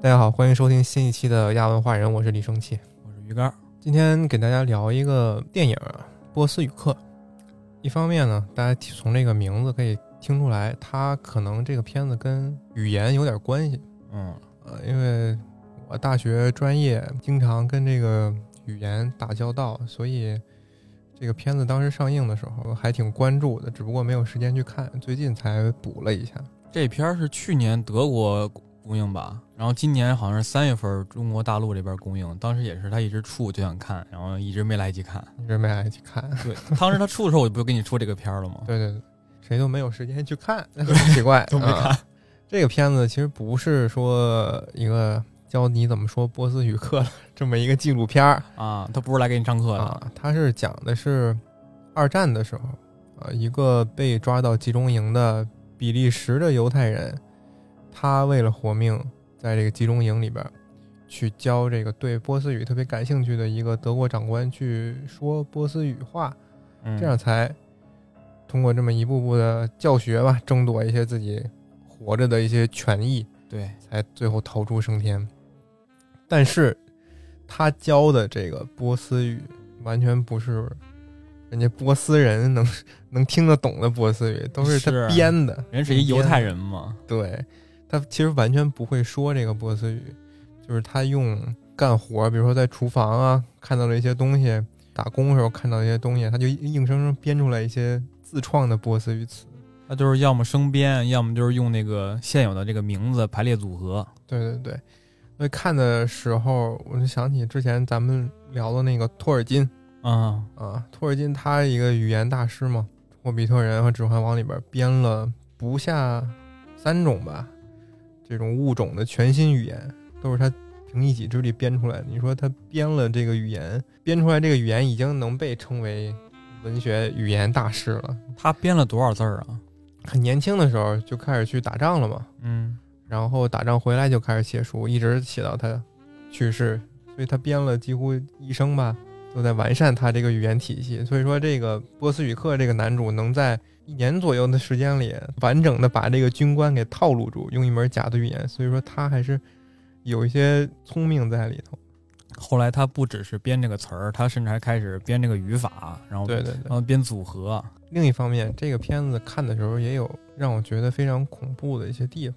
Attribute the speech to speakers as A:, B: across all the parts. A: 大家好，欢迎收听新一期的亚文化人，我是李生气。
B: 我是鱼竿儿。
A: 今天给大家聊一个电影啊《波斯语课》。一方面呢，大家从这个名字可以听出来，它可能这个片子跟语言有点关系。
B: 嗯，
A: 呃，因为我大学专业经常跟这个语言打交道，所以这个片子当时上映的时候还挺关注的，只不过没有时间去看，最近才补了一下。
B: 这片儿是去年德国公映吧，然后今年好像是三月份中国大陆这边公映，当时也是他一直出就想看，然后一直没来得及看。
A: 一直没来得及看。
B: 对，当时他出的时候我不就跟你说这个片儿了吗？
A: 对对对，谁都没有时间去 看，很奇怪，
B: 都没看
A: 啊。这个片子其实不是说一个教你怎么说波斯语课的这么一个纪录片儿
B: 啊，他不是来给你上课的。
A: 啊，它是讲的是二战的时候，啊，一个被抓到集中营的比利时的犹太人，他为了活命，在这个集中营里边儿去教这个对波斯语特别感兴趣的一个德国长官去说波斯语话，
B: 嗯
A: 这样才通过这么一步步的教学吧，争夺一些自己活着的一些权益，
B: 对，
A: 才最后逃出升天。但是他教的这个波斯语完全不是人家波斯人能能听得懂的波斯语，都是
B: 是啊
A: 他编的。
B: 人是一犹太人嘛。
A: 对他其实完全不会说这个波斯语，就是他用干活，比如说在厨房啊看到了一些东西，打工的时候看到一些东西，他就硬生生编出来一些自创的波斯语词。
B: 他就是要么生编，要么就是用那个现有的这个名字排列组合。
A: 对对对，所以看的时候我就想起之前咱们聊的那个托尔金
B: 啊，
A: 啊，托尔金他一个语言大师嘛，《霍比特人》和《指环王》里边编了不下三种吧，这种物种的全新语言都是他凭一己之力编出来的。你说他编了这个语言，编出来这个语言已经能被称为文学语言大师了。
B: 他编了多少字儿啊？
A: 很年轻的时候就开始去打仗了嘛，
B: 嗯，
A: 然后打仗回来就开始写书，一直写到他去世，所以他编了几乎一生吧，都在完善他这个语言体系。所以说，这个波斯语课这个男主能在一年左右的时间里，完整的把这个军官给套路住，用一门假的语言。所以说，他还是有一些聪明在里头。
B: 后来他不只是编这个词儿，他甚至还开始编这个语法，然后
A: 对对对
B: 然。后编组合。
A: 呃另一方面，这个片子看的时候也有让我觉得非常恐怖的一些地方。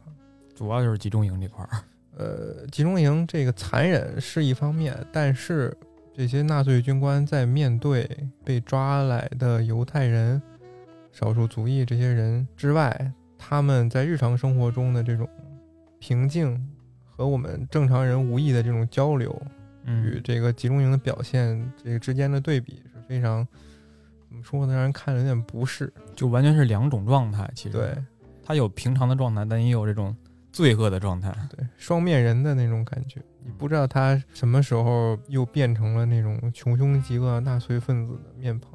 B: 主要就是集中营这块儿。
A: 呃，集中营这个残忍是一方面，但是这些纳粹军官在面对被抓来的犹太人、少数族裔这些人之外，他们在日常生活中的这种平静和我们正常人无异的这种交流，与
B: 嗯，
A: 这个集中营的表现这个之间的对比是非常怎么说呢？让人看着有点不适。
B: 就完全是两种状态。其实，
A: 对，
B: 他有平常的状态，但也有这种罪恶的状态。
A: 对，双面人的那种感觉，你不知道他什么时候又变成了那种穷凶极恶纳粹分子的面庞。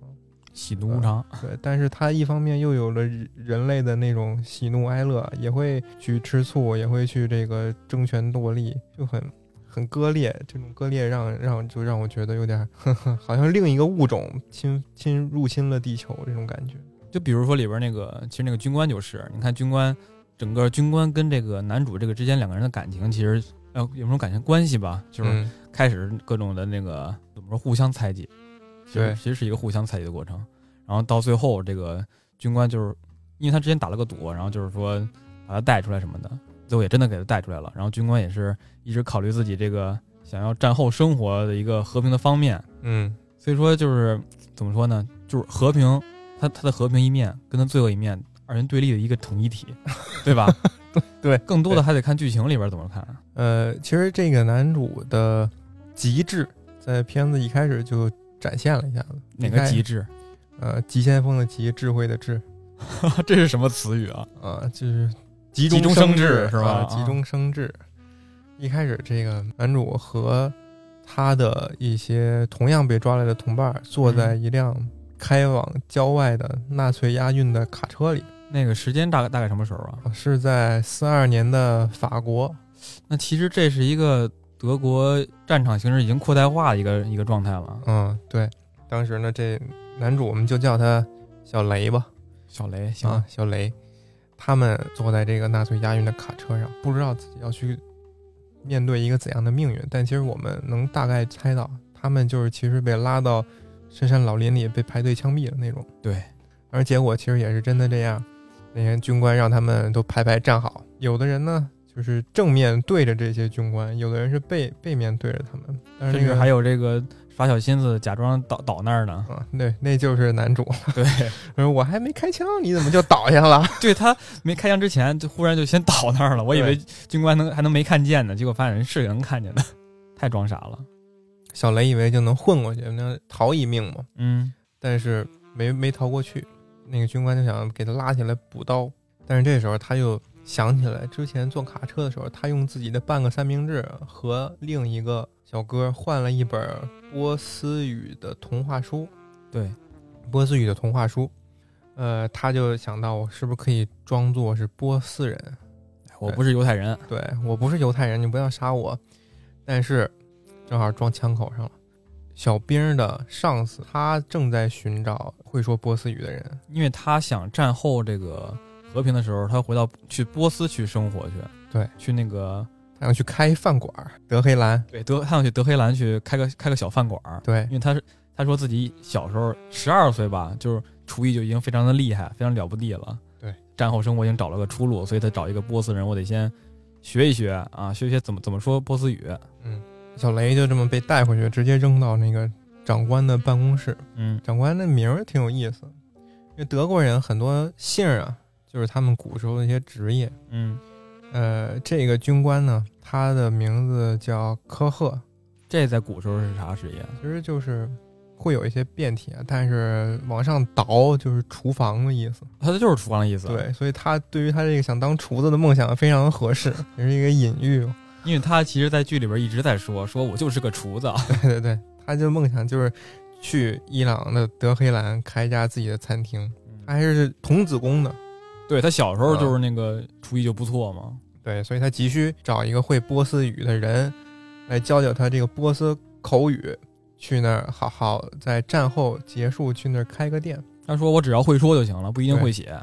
B: 喜怒无常，
A: 对，但是他一方面又有了人人类的那种喜怒哀乐，也会去吃醋，也会去这个争权夺利，就很很割裂。这种割裂让让就让我觉得有点儿， 呵呵，好像另一个物种侵侵入侵了地球这种感觉。
B: 就比如说里边那个，其实那个军官就是，你看军官，整个军官跟这个男主这个之间两个人的感情，其实呃有没有感情关系吧？就是
A: 嗯
B: 开始各种的那个怎么说互相猜忌，其实
A: 对
B: 其实是一个互相猜忌的过程。然后到最后，这个军官就是因为他之前打了个赌，然后就是说把他带出来什么的，最后也真的给他带出来了。然后军官也是一直考虑自己这个想要战后生活的一个和平的方面，
A: 嗯，
B: 所以说就是怎么说呢？就是和平，它它的和平一面跟它罪恶一面二元对立的一个统一体，对吧？
A: 对
B: 更多的还得看剧情里边怎么看。
A: 呃，其实这个男主的极致在片子一开始就展现了一下子。
B: 哪
A: 一
B: 个
A: 开
B: 极？致？
A: 呃，急先锋的急，智慧的智，
B: 这是什么词语啊？
A: 啊、就是急
B: 急中
A: 生
B: 生智是吧
A: 啊
B: 啊
A: 急中生智。一开始，这个男主和他的一些同样被抓来的同伴儿坐在一辆开往郊外的纳粹押运的卡车里，
B: 那个时间大概大概什么时候啊？
A: 啊是在四二年的法国。
B: 那其实这是一个德国战场形势已经扩大化的一个一个状态了。
A: 嗯，对，当时呢，这男主我们就叫他小雷吧。
B: 小雷，行，
A: 啊，小雷，他们坐在这个纳粹押运的卡车上，不知道自己要去面对一个怎样的命运，但其实我们能大概猜到，他们就是其实被拉到深山老林里被排队枪毙的那种。
B: 对，
A: 而结果其实也是真的这样，那些军官让他们都排排站好，有的人呢就是正面对着这些军官，有的人是背背面对着他们，但是
B: 甚
A: 那
B: 至
A: 个
B: 还有这个耍小心思，假装倒倒那儿呢。
A: 啊，对，那就是男主。
B: 对，
A: 我说我还没开枪，你怎么就倒下了？
B: 对他没开枪之前，就忽然就先倒那儿了。我以为军官能还能没看见呢，结果发现人是能看见的，太装傻了。
A: 小雷以为就能混过去，能逃一命嘛，
B: 嗯，
A: 但是没没逃过去。那个军官就想给他拉起来补刀，但是这时候他又想起来之前坐卡车的时候，他用自己的半个三明治和另一个小哥换了一本波斯语的童话书，
B: 对，
A: 波斯语的童话书。呃，他就想到我是不是可以装作是波斯人，
B: 我不是犹太人，
A: 对我不是犹太人，你不要杀我。但是正好撞枪口上了。小兵的上司他正在寻找会说波斯语的人，
B: 因为他想战后这个和平的时候，他回到去波斯去生活去，
A: 对，
B: 去那个
A: 他想去开饭馆儿，德黑兰。
B: 对德，他想去德黑兰去开个开个小饭馆儿，
A: 对
B: 因为他是他说自己小时候十二岁吧，就是厨艺就已经非常的厉害，非常了不地了。
A: 对，
B: 战后生活已经找了个出路，所以他找一个波斯人，我得先学一学啊，学一学怎么怎么说波斯语。
A: 嗯小雷就这么被带回去，直接扔到那个长官的办公室。
B: 嗯，
A: 长官那名儿挺有意思，因为德国人很多姓儿啊，就是他们古时候的一些职业。
B: 嗯，
A: 呃，这个军官呢，他的名字叫科赫，
B: 这在古时候是啥职业？
A: 其实就是会有一些变体啊，但是往上倒就是厨房的意思。
B: 他就是厨房的意思。，
A: 对，所以他对于他这个想当厨子的梦想非常的合适， 也是一个隐喻。
B: 因为他其实，在剧里边一直在说，说我就是个厨子。
A: 对对对，他就梦想就是去伊朗的德黑兰开一家自己的餐厅，他还是童子功的。
B: 对他小时
A: 嗯
B: 候就是那个厨艺就不错嘛。
A: 对，所以他急需找一个会波斯语的人来教教他这个波斯口语，去那儿好好在战后结束去那儿开个店。
B: 他说我只要会说就行了，不一定会写，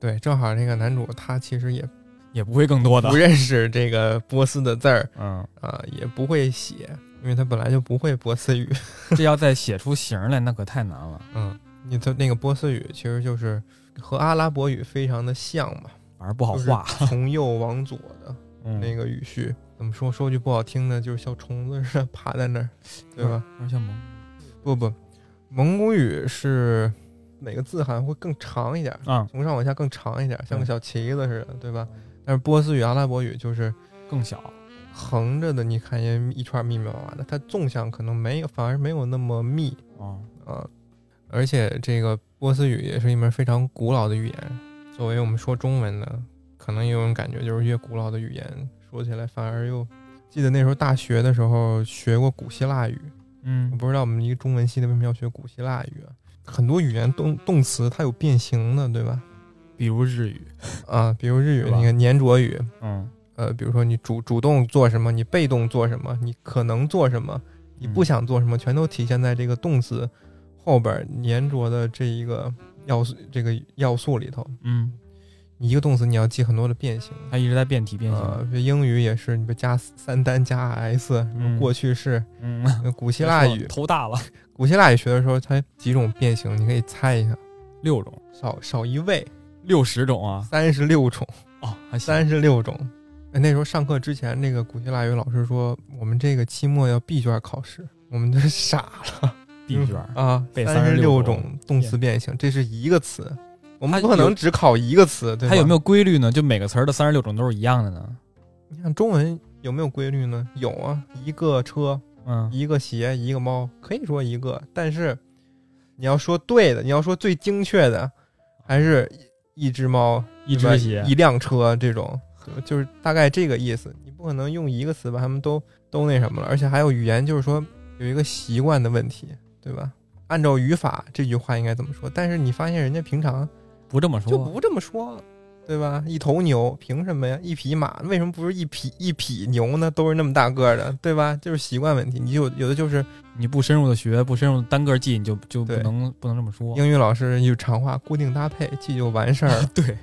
A: 对，正好这个男主他其实也
B: 也不会更多的
A: 不。认识这个波斯的字儿
B: 嗯，
A: 啊、也不会写，因为他本来就不会波斯语。
B: 这要再写出形儿来，那可太难了，
A: 嗯，你的那个波斯语其实就是和阿拉伯语非常的像嘛，
B: 反而不好
A: 就是
B: 画。
A: 从右往左的
B: 嗯，
A: 那个语序。怎么说？说句不好听的，就是像虫子似的爬在那儿，对 吧？
B: 有点像蒙
A: 不不，蒙古语是每个字好像会更长一点，
B: 啊，
A: 从上往下更长一点，像个
B: 对
A: 小旗子似的，对吧？但是波斯语、阿拉伯语就是
B: 更小。
A: 横着的，你看也一串密密麻麻的，它纵向可能没有，反而没有那么密
B: 哦，
A: 啊。而且这个波斯语也是一门非常古老的语言，作为我们说中文的，可能有种感觉就是越古老的语言说起来反而又……记得那时候大学的时候学过古希腊语，我
B: 嗯，
A: 不知道我们一个中文系的为什么要学古希腊语啊？很多语言动动词它有变形的，对吧？
B: 比如日语，
A: 啊，比如日语
B: 是吧
A: 那个粘着语，
B: 嗯，
A: 呃，比如说你主主动做什么，你被动做什么，你可能做什么，你
B: 嗯
A: 不想做什么，全都体现在这个动词后边儿粘着的这一个要素这个要素里头。
B: 嗯，
A: 你一个动词你要记很多的变形，
B: 它一直在变体变
A: 呃
B: 形，，
A: 英语也是，你不加三单加 s，什么
B: 嗯
A: 过去式，
B: 嗯，
A: 那古希腊
B: 没
A: 语
B: 错， 头大了
A: 古希腊语学的时候它几种变形，你可以猜一下，
B: 六种，
A: 少少一位，
B: 六十种啊，
A: 三十六种。
B: 哦，还行，
A: 三十六种。哎那时候上课之前，那个古希腊语老师说，我们这个期末要闭卷考试，我们都傻了。
B: 闭卷，
A: 啊，
B: 背
A: 三十
B: 36
A: 种动词变形，这是一个词，我们
B: 它
A: 不可能只考一个词，对吧？
B: 它有没
A: 有？
B: 有规律呢？就每个词儿的三十六种都是一样的呢？
A: 你看中文有没有规律呢？有啊，一个车，
B: 嗯，
A: 一个鞋，一个猫，可以说一个，但是你要说对的，你要说最精确的，还是一只猫，
B: 一
A: 对吧
B: 只鞋，
A: 一辆车这种，就就是大概这个意思。你不可能用一个词把他们都都那什么了，而且还有语言，就是说有一个习惯的问题，对吧？按照语法，这句话应该怎么说？但是你发现人家平常
B: 不这么
A: 就
B: 说，
A: 不这么说，对吧？一头牛凭什么呀？一匹马为什么不是一匹一匹牛呢？都是那么大个儿的，对吧？就是习惯问题。你有有的就是
B: 你不深入的学，不深入地单个记，你就就不
A: 对
B: 能不能这么说。
A: 英语老师一句常话，固定搭
B: 。
A: 配，记就完事儿了
B: 对，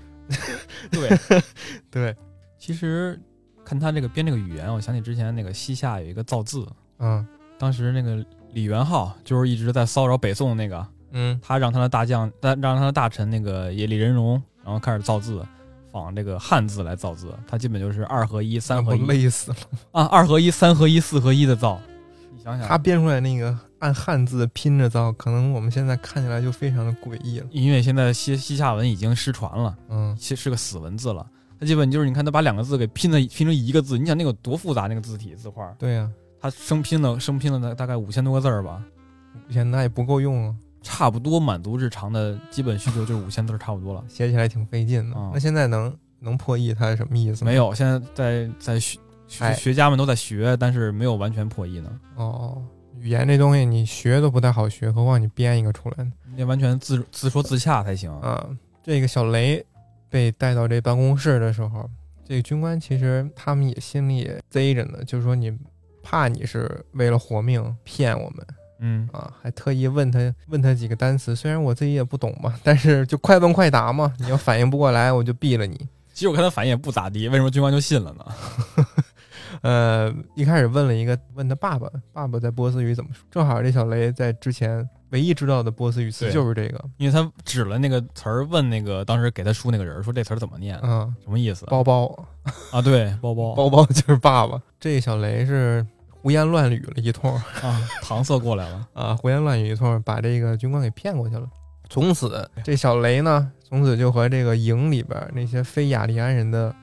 B: 对，
A: 对，
B: 其实看他这个编这个语言，我想起之前那个西夏有一个造字，
A: 嗯
B: 当时那个李元昊就是一直在骚扰北宋那个，
A: 嗯
B: 他让他的大将，他让他的大臣那个也李仁荣，然后开始造字，仿这个汉字来造字，他基本就是二合一、三合
A: 那不
B: 一
A: 累死了。
B: 啊，二合一、三合一、四合一的造。你想想，
A: 他编出来那个按汉字拼着造，可能我们现在看起来就非常的诡异了。
B: 因为现在西西夏文已经失传了，
A: 嗯，
B: 其实是个死文字了。他基本就是你看他把两个字给拼的拼成一个字，你想那个多复杂那个字体字块儿，
A: 对啊呀、
B: 他生拼了生拼了大大概五千多个字儿吧，
A: 以前那也不够用啊，
B: 差不多满足日常的基本需求就是五千字儿差不多了。
A: 写起来挺费劲的。
B: 嗯
A: 那现在能能破译它是什么意思吗？
B: 没有，现在在在学学
A: 嗯哎
B: 学家们都在学，但是没有完全破译呢。
A: 哦，语言这东西你学都不太好学，何况你编一个出来呢？
B: 你得完全自自说自洽才行。
A: 啊，这个小雷被带到这办公室的时候，这个军官其实他们也心里也贼着呢，就是说你怕你是为了活命骗我们
B: 嗯，
A: 啊，还特意问他问他几个单词，虽然我自己也不懂吧，但是就快问快答嘛，你要反应不过来我就毙了你。
B: 其实我看他反应也不咋地，为什么军官就信了呢？
A: 呃，一开始问了一个问他爸爸，爸爸在波斯语怎么说？正好这小雷在之前唯一知道的波斯语词
B: 对
A: 就是这个，
B: 因为他指了那个词儿，问那个当时给他书那个人儿说这词儿怎么念，
A: 嗯，
B: 什么意思
A: 包包
B: 啊？对，包包
A: 包包就是爸爸。这小雷是胡言乱语了一通。
B: 啊，搪塞过来了。
A: 啊，胡言乱语一通，把这个军官给骗过去了。从此，这小雷呢，从此就和这个营里边儿那些非雅利安人的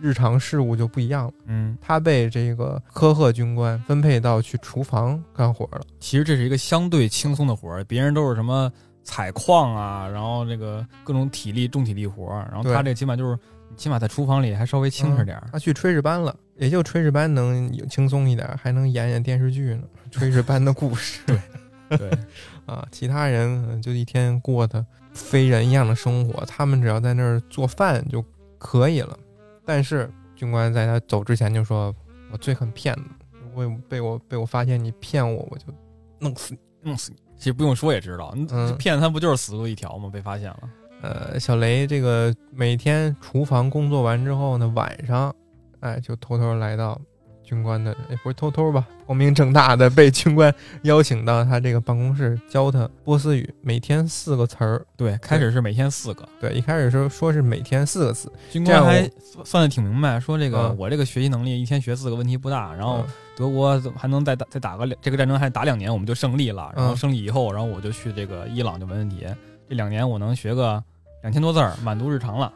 A: 日常事务就不一样了。
B: 嗯，
A: 他被这个科赫军官分配到去厨房干活了。
B: 其实这是一个相对轻松的活儿，别人都是什么采矿啊，然后这个各种体力重体力活儿，然后
A: 对嗯
B: 他这起码就是你起码在厨房里还稍微轻 实点儿。
A: 他去炊事班了，也就炊事班能有轻松一点儿，还能演演电视剧呢， 炊事班的故事。
B: 对，
A: 啊，其他人呃就一天过的非人一样的生活，他们只要在那儿做饭就可以了。但是军官在他走之前就说：“我最恨骗子，如果被我被我发现你骗我，我就弄死你。
B: 弄死你！其实不用说也知道，你
A: 嗯
B: 骗他不就是死路一条吗？被发现了，”
A: 呃，小雷这个每天厨房工作完之后呢，晚上，哎，就偷偷来到军官的，也不是偷偷吧，光明正大的被军官邀请到他这个办公室，教他波斯语，每天四个词儿。
B: 对，开始是每天四个，
A: 对，一开始说说是每天四个词，
B: 军
A: 这样
B: 官
A: 我
B: 还算算的挺明白，说这个
A: 嗯
B: 我这个学习能力一天学四个问题不大，然后
A: 嗯
B: 德国怎么还能再打再打个两这个战争还打两年我们就胜利了，然后
A: 嗯
B: 胜利以后，然后我就去这个伊朗就没问题，这两年我能学个两千多字儿，满足日常
A: 嗯
B: 了。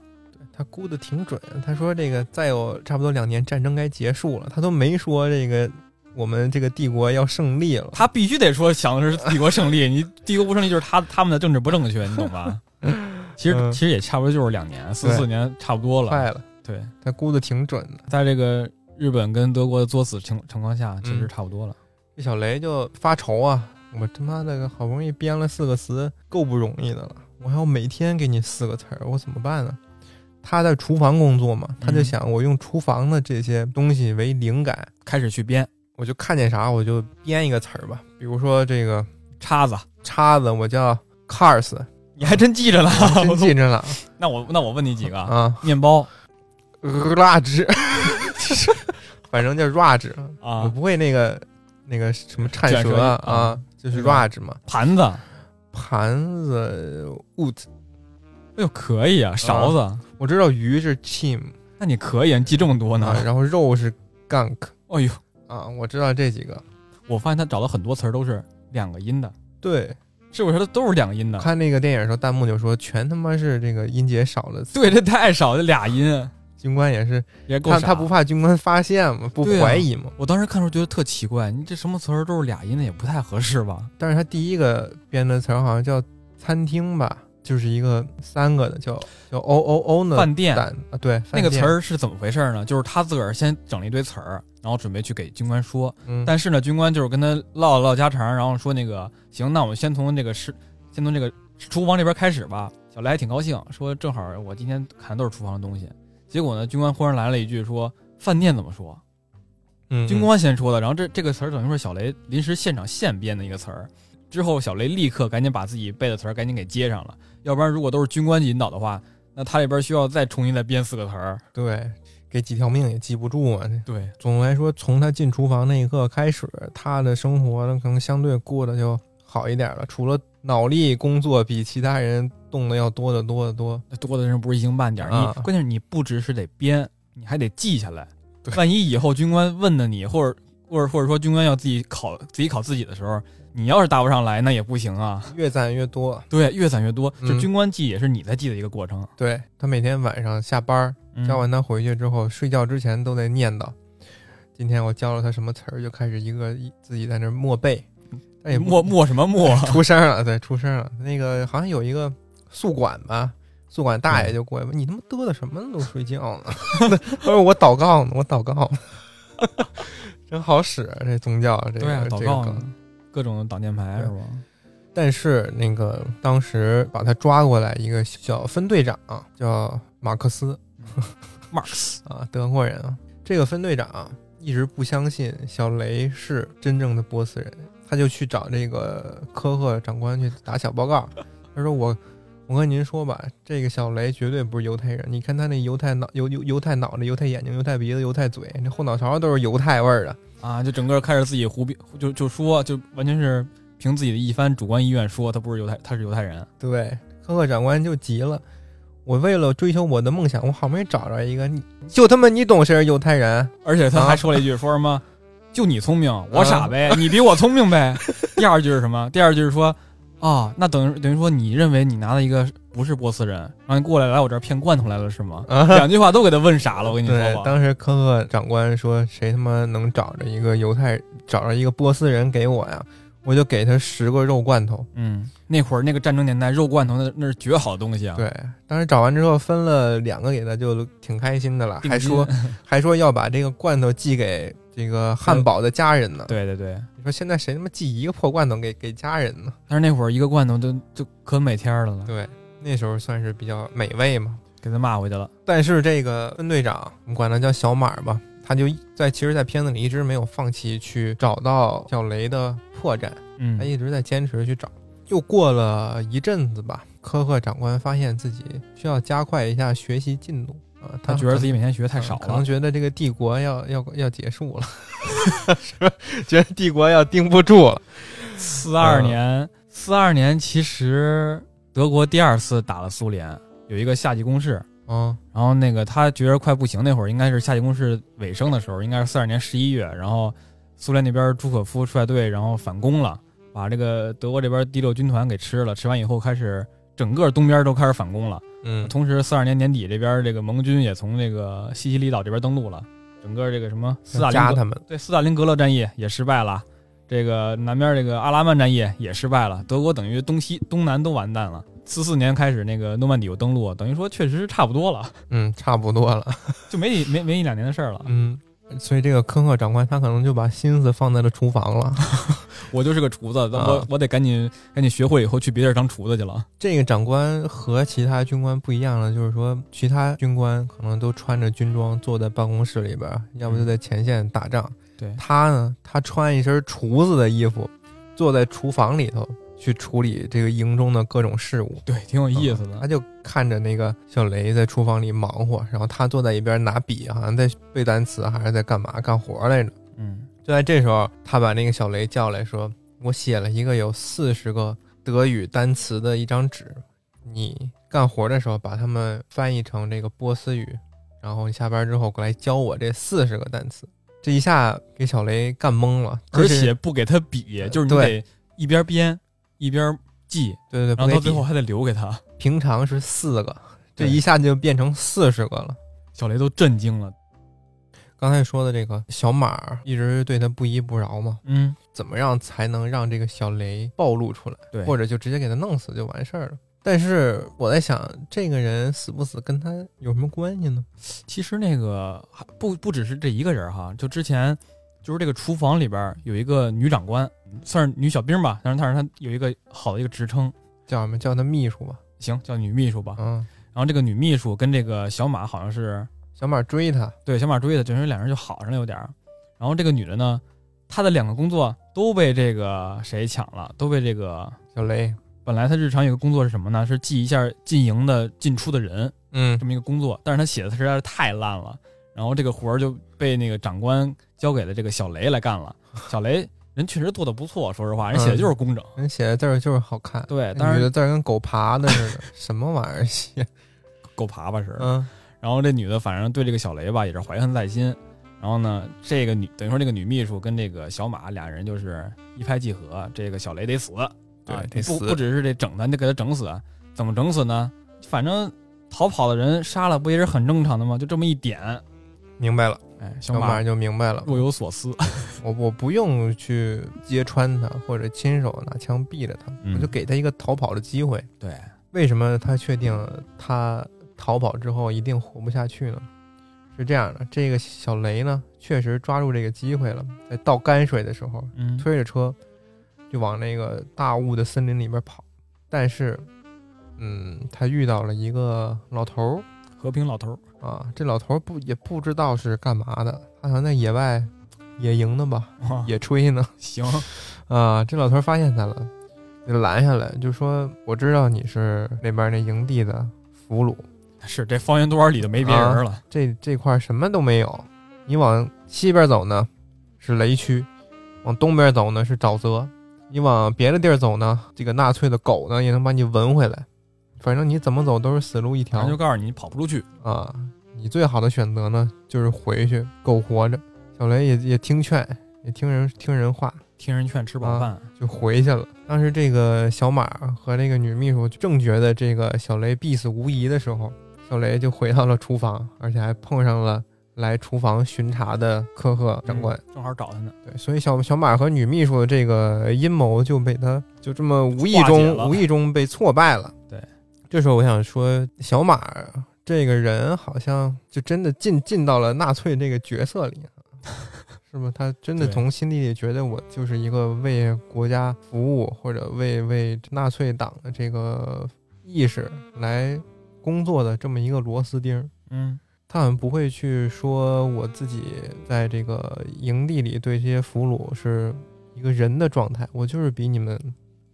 A: 他估的挺准。他说这个再有差不多两年战争该结束了，他都没说这个我们这个帝国要胜利了。
B: 他必须得说想的是帝国胜利， 你帝国不胜利就是他他们的政治不正确，你 懂吧？其实
A: 嗯
B: 其实也差不多就是两年，四
A: 对
B: 四年差不多了，
A: 快了，
B: 对。
A: 他估的挺准的。
B: 在这个日本跟德国的作死情情况下，其实差不多了。
A: 这小雷就发愁啊，我他妈的好不容易编了四个词，够不容易的了，我还要每天给你四个词儿，我怎么办呢？他在厨房工作嘛，他就
B: 嗯
A: 想我用厨房的这些东西为灵感，
B: 开始去编
A: 我就看见啥我就编一个词儿吧，比如说这个
B: 叉子，
A: 叉子，我叫 cars，
B: 你 还真记着呢。
A: 真记着了
B: 那我那我问你几个啊，
A: 啊。
B: 面包
A: 呃辣汁， 反正叫 r 汁，我
B: 啊，
A: 不会那个那个什么颤
B: 卷舌
A: 舌啊
B: 啊
A: 啊，就是 r
B: 吧
A: 汁嘛。
B: 盘子，哎
A: 盘子 wood，
B: 哎呦可以啊，勺子，
A: 我知道鱼是 chim
B: 那你可以，啊，你记这么多呢。
A: 啊，然后肉是 gunk
B: 哎呦，
A: 啊，我知道这几个。
B: 我发现他找了很多词儿都是两个音的，
A: 对，
B: 是不是？他都是两个音的。
A: 看那个电影的时候，弹幕就说全他妈是这个音节少了。
B: 对，这太少了，俩音
A: 军官也是，
B: 也够
A: 他
B: 傻
A: 他不。怕军官发现吗？不
B: 对啊
A: 怀疑吗？
B: 我当时看的时候觉得特奇怪，你这什么词儿都是俩音的，也不太合适吧？
A: 但是他第一个编的词儿好像叫餐厅吧，就是一个三个的，叫叫 o o o 呢。
B: 饭店
A: 蛋啊，对，
B: 那个词
A: 饭店，
B: 儿是怎么回事呢？就是他自个儿先整了一堆词儿，然后准备去给军官说，
A: 嗯，
B: 但是呢，军官就是跟他唠了唠家常，然后说那个行，那我们先从这个是先从这个厨房这边开始吧。小雷还挺高兴，说正好我今天看的都是厨房的东西。结果呢，军官忽然来了一句说饭店怎么说？
A: 嗯
B: 军官先说的，然后这这个词儿等于说小雷临时现场现编的一个词儿。之后小雷立刻赶紧把自己背的词儿赶紧给接上了，要不然如果都是军官引导的话，那他这边需要再重新再编四个词儿。
A: 对，给几条命也记不住啊。
B: 对，
A: 总的来说，从他进厨房那一刻开始，他的生活呢可能相对过得就好一点了，除了脑力工作比其他人动的要多得多得多。
B: 那多的人不是一星半点儿。
A: 啊
B: 你关键是你不只是得编，你还得记下来。
A: 对
B: 万一以后军官问的你，或者或者或者说军官要自己考自己考自己的时候，你要是答不上来，那也不行啊。
A: 越攒越多。
B: 对，越攒越多，
A: 嗯
B: 这军官记也是你在记的一个过程。
A: 对他每天晚上下班儿，
B: 嗯
A: 教完他回去之后，睡觉之前都在念叨：“今天我教了他什么词儿，就开始一个一自己在那儿默背，但也不
B: 默默什 么默？
A: 出声了，对，出声了。那个好像有一个宿管吧，宿管大
B: 嗯
A: 爷就过来问：“你他妈嘚瑟什么呢？都睡觉呢？” 他说：“我祷告呢，我祷告呢。” 真好使啊这宗教这个
B: 对啊，
A: 这
B: 祷
A: 个
B: 告
A: 梗
B: 呢，各种挡箭牌是吧？
A: 但是那个当时把他抓过来一个小分队长叫马克思
B: Marx
A: 啊，德国人啊。这个分队长一直不相信小雷是真正的波斯人，他就去找这个科赫长官去打小报告。他说我。我跟您说吧，这个小雷绝对不是犹太人。你看他那犹太脑、犹犹犹太脑袋、犹太眼睛、犹太鼻子、犹太嘴，那后脑勺都是犹太味儿的。
B: 啊，就整个开始自己胡编，就就说，就完全是凭自己的一番主观意愿说他不是犹太，他是犹太人。
A: 对，科克长官就急了。我为了追求我的梦想，我好不容易找着一个，你就他妈你懂谁是犹太人？
B: 而且他
A: 啊
B: 还说了一句，说什么“就你聪明，我傻呗， 你比我聪明呗。”第二句是什么？第二句是说，啊，那等于等于说你认为你拿了一个不是波斯人，然后你过来来我这儿骗罐头来了 是吗？
A: 啊
B: 两句话都给他问傻了，我跟你
A: 对，
B: 说吧。
A: 当时科克长官说，谁他妈能找着一个犹太，找着一个波斯人给我呀？我就给他十个肉罐头。
B: 嗯，那会儿那个战争年代，肉罐头那那是绝好东西啊。
A: 对，当时找完之后分了两个给他，就挺开心的了，
B: 定
A: 还
B: 金
A: 说 还说要把这个罐头寄给这个汉堡的家人呢。
B: 对对对，
A: 你说现在谁他妈寄一个破罐头给给家人呢？
B: 但是那会儿一个罐头就就可美天儿的了，
A: 对，那时候算是比较美味嘛。
B: 给他骂回去了。
A: 但是这个分队长，我们管他叫小马吧，他就在其实，在片子里一直没有放弃去找到小雷的破绽，
B: 嗯
A: 他，一直在坚持去找。又过了一阵子吧，科赫长官发现自己需要加快一下学习进度啊，
B: 他觉得自
A: 己
B: 己每天学太少
A: 可能
B: 了，
A: 觉得这个帝国要要要结束了， 是吧？觉得帝国要盯不住了。
B: 四二年，四二年其实德国第二次打了苏联，有一个夏季攻势。
A: 嗯
B: 然后那个他觉得快不行，那会儿应该是夏季攻势尾声的时候，应该是四二年十一月。然后苏联那边朱可夫率队然后反攻了，把这个德国这边第六军团给吃了。吃完以后，开始整个东边都开始反攻了。
A: 嗯，
B: 同时，四二年年底这边这个盟军也从这个西西里岛这边登陆了，整个这个什么斯大林
A: 加
B: 格
A: 他们，
B: 对斯大林格勒战役也失败了，这个南边这个阿拉曼战役也失败了，德国等于东西东南都完蛋了。四四年开始那个诺曼底又登陆，等于说确实是差不多了，
A: 嗯，差不多了。
B: 就没几没没一两年的事儿了。
A: 嗯，所以这个科赫长官他可能就把心思放在了厨房了。
B: 我就是个厨子，但我、
A: 啊
B: 我得赶紧赶紧学会以后去别地儿当厨子去了。
A: 这个长官和其他军官不一样了，就是说，其他军官可能都穿着军装坐在办公室里边，要不就在前线打仗。
B: 对
A: 他呢，他穿一身厨子的衣服，坐在厨房里头去处理这个营中的各种事务。
B: 对，挺有意思的。
A: 他就看着那个小雷在厨房里忙活，然后他坐在一边拿笔，好像在背单词还是在干嘛干活来着。
B: 嗯，
A: 就在这时候，他把那个小雷叫来说：“我写了一个有四十个德语单词的一张纸，你干活的时候把它们翻译成这个波斯语，然后你下班之后过来教我这四十个单词。”这一下给小雷干懵了，
B: 而
A: 这
B: 且
A: 是
B: 不给他比，就是你
A: 对
B: 得一边编一边记，
A: 对对，
B: 然
A: 不
B: 后
A: 给
B: 到最后
A: 比，
B: 还得留给他。
A: 平常是四个，这
B: 对
A: 一下就变成四十个了。
B: 小雷都震惊了。
A: 刚才说的这个小马儿一直对他不依不饶嘛，
B: 嗯，
A: 怎么样才能让这个小雷暴露出来？
B: 对，
A: 或者就直接给他弄死就完事儿了。但是我在想，这个人死不死跟他有什么关系呢？
B: 其实那个还不不只是这一个人儿哈，就之前就是这个厨房里边儿有一个女长官，算是女小兵吧，但是但是她有一个好的一个职称，
A: 叫什么？叫他秘书吧。
B: 行，叫女秘书吧。
A: 嗯，
B: 然后这个女秘书跟这个小马好像是
A: 小马追他，
B: 对小马追的，就是两人就好上了有点儿。然后这个女的呢，她的两个工作都被这个谁抢了，都被这个
A: 小雷。
B: 本来她日常有个工作是什么呢？是记一下进营的进出的人，
A: 嗯
B: 这么一个工作，但是他写的实在是太烂了。然后这个活儿就被那个长官交给了这个小雷来 干了。小雷人确实做的不错，说实
A: 嗯
B: 话，人写的就是工整。
A: 人写的字儿就是好看，
B: 对，
A: 那
B: 当
A: 女
B: 然
A: 的字儿跟狗爬的似的，什么玩意儿写？
B: 狗爬吧是。
A: 嗯
B: 然后这女的反正对这个小雷吧也是怀恨在心。然后呢，这个女等于说这个女秘书跟这个小马俩人就是一拍即合，这个小雷得死，
A: 对
B: 啊
A: 得
B: 不
A: 死
B: 不只是得整他，你得给他整死。怎么整死呢？反正逃跑的人杀了不也是很正常的吗？就这么一点，
A: 明白了，
B: 哎，小
A: 小马
B: 马
A: 就明白了。
B: 若有所思，
A: 我我不用去揭穿他，或者亲手拿枪毙了他，
B: 嗯
A: 我就给他一个逃跑的机会。
B: 对。
A: 为什么他确定他逃跑之后一定活不下去呢？是这样的，这个小雷呢，确实抓住这个机会了，在倒泔水的时候，
B: 嗯，
A: 推着车就往那个大雾的森林里边跑。但是，嗯，他遇到了一个老头儿
B: 和平老头儿，
A: 啊，这老头儿不也不知道是干嘛的，他好像在野外野营呢吧，
B: 哇
A: 野炊呢。
B: 行，
A: 啊，这老头儿发现他了，就拦下来，就说：“我知道你是那边那营地的俘虏，
B: 是这方圆多少里就没别人了，
A: 这这块儿什么都没有。你往西边走呢，是雷区；往东边走呢是沼泽；你往别的地儿走呢，这个纳粹的狗呢也能把你闻回来。反正你怎么走都是死路一
B: 然后
A: 条
B: 就告诉你你跑不出去，
A: 啊！你最好的选择呢，就是回去苟活着。”小雷也也听劝，也听人听人话，
B: 听人劝吃饱饭，
A: 就回去了。当时这个小马和这个女秘书正觉得这个小雷必死无疑的时候，小雷就回到了厨房，而且还碰上了来厨房巡查的科赫长官。
B: 嗯正好找他呢，
A: 对，所以小小马和女秘书的这个阴谋就被他就这么无意
B: 化解了
A: 中无意中被挫败了。
B: 对，
A: 这时候我想说，小马这个人好像就真的进进到了纳粹这个角色里。啊 是吧？他真的
B: 对
A: 从心底里觉得我就是一个为国家服务或者为为纳粹党的这个意识来工作的这么一个螺丝钉儿。
B: 嗯，
A: 他好像不会去说我自己在这个营地里对这些俘虏是一个人的状态，我就是比你们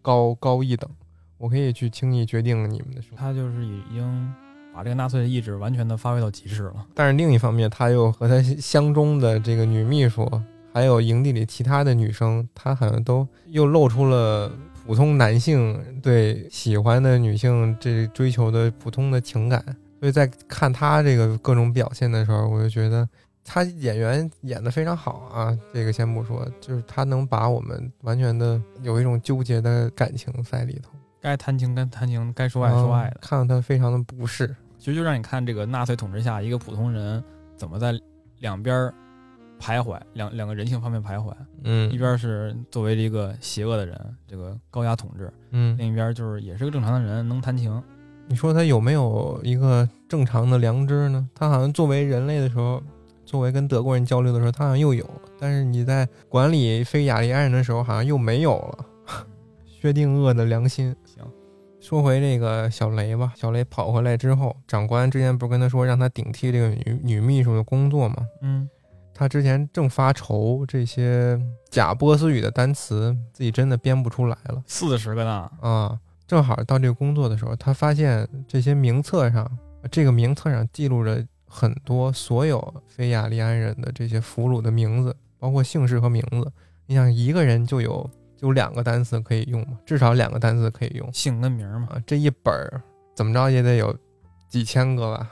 A: 高高一等，我可以去轻易决定你们的生活。
B: 他就是已经把这个纳粹的意志完全的发挥到极致了，
A: 但是另一方面，他又和他相中的这个女秘书，还有营地里其他的女生，他好像都又露出了普通男性对喜欢的女性这追求的普通的情感。所以在看他这个各种表现的时候，我就觉得他演员演得非常好啊。这个先不说，就是他能把我们完全的有一种纠结的感情在里头，嗯
B: 该谈情该谈情，该说爱说
A: 啊
B: 爱的，
A: 看到他非常的不适。
B: 其实就让你看这个纳粹统治下一个普通人怎么在两边儿徘徊，两两个人性方面徘徊，
A: 嗯
B: 一边是作为一个邪恶的人，这个高压统治，
A: 嗯，
B: 另一边就是也是个正常的人，能谈情，
A: 你说他有没有一个正常的良知呢？他好像作为人类的时候，作为跟德国人交流的时候，他好像又有，但是你在管理非雅利安人的时候，好像又没有了。 薛定谔的良心。
B: 行，
A: 说回这个小雷吧，小雷跑回来之后，长官之前不是跟他说让他顶替这个女女秘书的工作吗？
B: 嗯，
A: 他之前正发愁这些假波斯语的单词自己真的编不出来了。
B: 四十个呢，
A: 啊，正好到这个工作的时候，他发现这些名册上，这个名册上记录着很多所有非雅利安人的这些俘虏的名字，包括姓氏和名字。你想，一个人就有就两个单词可以用嘛，至少两个单词可以用
B: 姓跟名儿嘛，
A: 啊。这一本儿怎么着也得有几千个吧？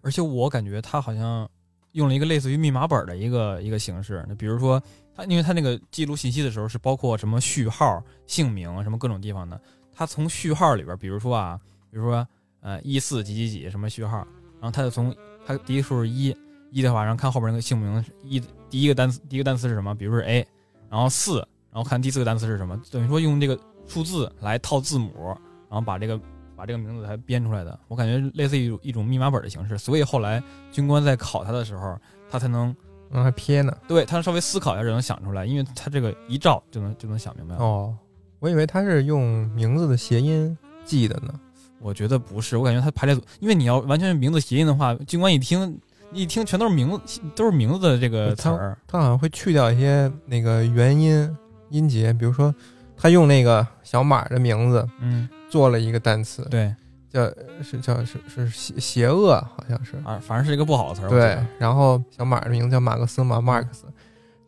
B: 而且我感觉他好像用了一个类似于密码本儿的一个一个形式，那比如说他，因为他那个记录信息的时候是包括什么序号、姓名啊什么各种地方的，他从序号里边儿，比如说啊，比如说呃一四几几几什么序号，然后他就从他第一数是一，一的话，然后看后边那个姓名一第一个单词第一个单词是什么，比如是 A，然后四，然后看第四个单词是什么，等于说用这个数字来套字母，然后把这个把这个名字才编出来的。我感觉类似于一种一种密码本的形式，所以后来军官在考他的时候，他才能
A: 嗯，还撇呢。
B: 对他稍微思考一下就能想出来，因为他这个一照就能就能想明白了。
A: 哦，我以为他是用名字的谐音记的呢。
B: 我觉得不是，我感觉他排列组，因为你要完全是名字谐音的话，军官一听一听全都是名字都是名字的这个词儿，
A: 他好像会去掉一些那个元音音节，比如说他用那个小马的名字
B: 嗯，
A: 做了一个单词，
B: 对，
A: 叫是叫是是邪邪恶，好像是
B: 啊，反正是一个不好的词儿。我
A: 对
B: 记得，
A: 然后小马的名字叫马克思嘛，马克思，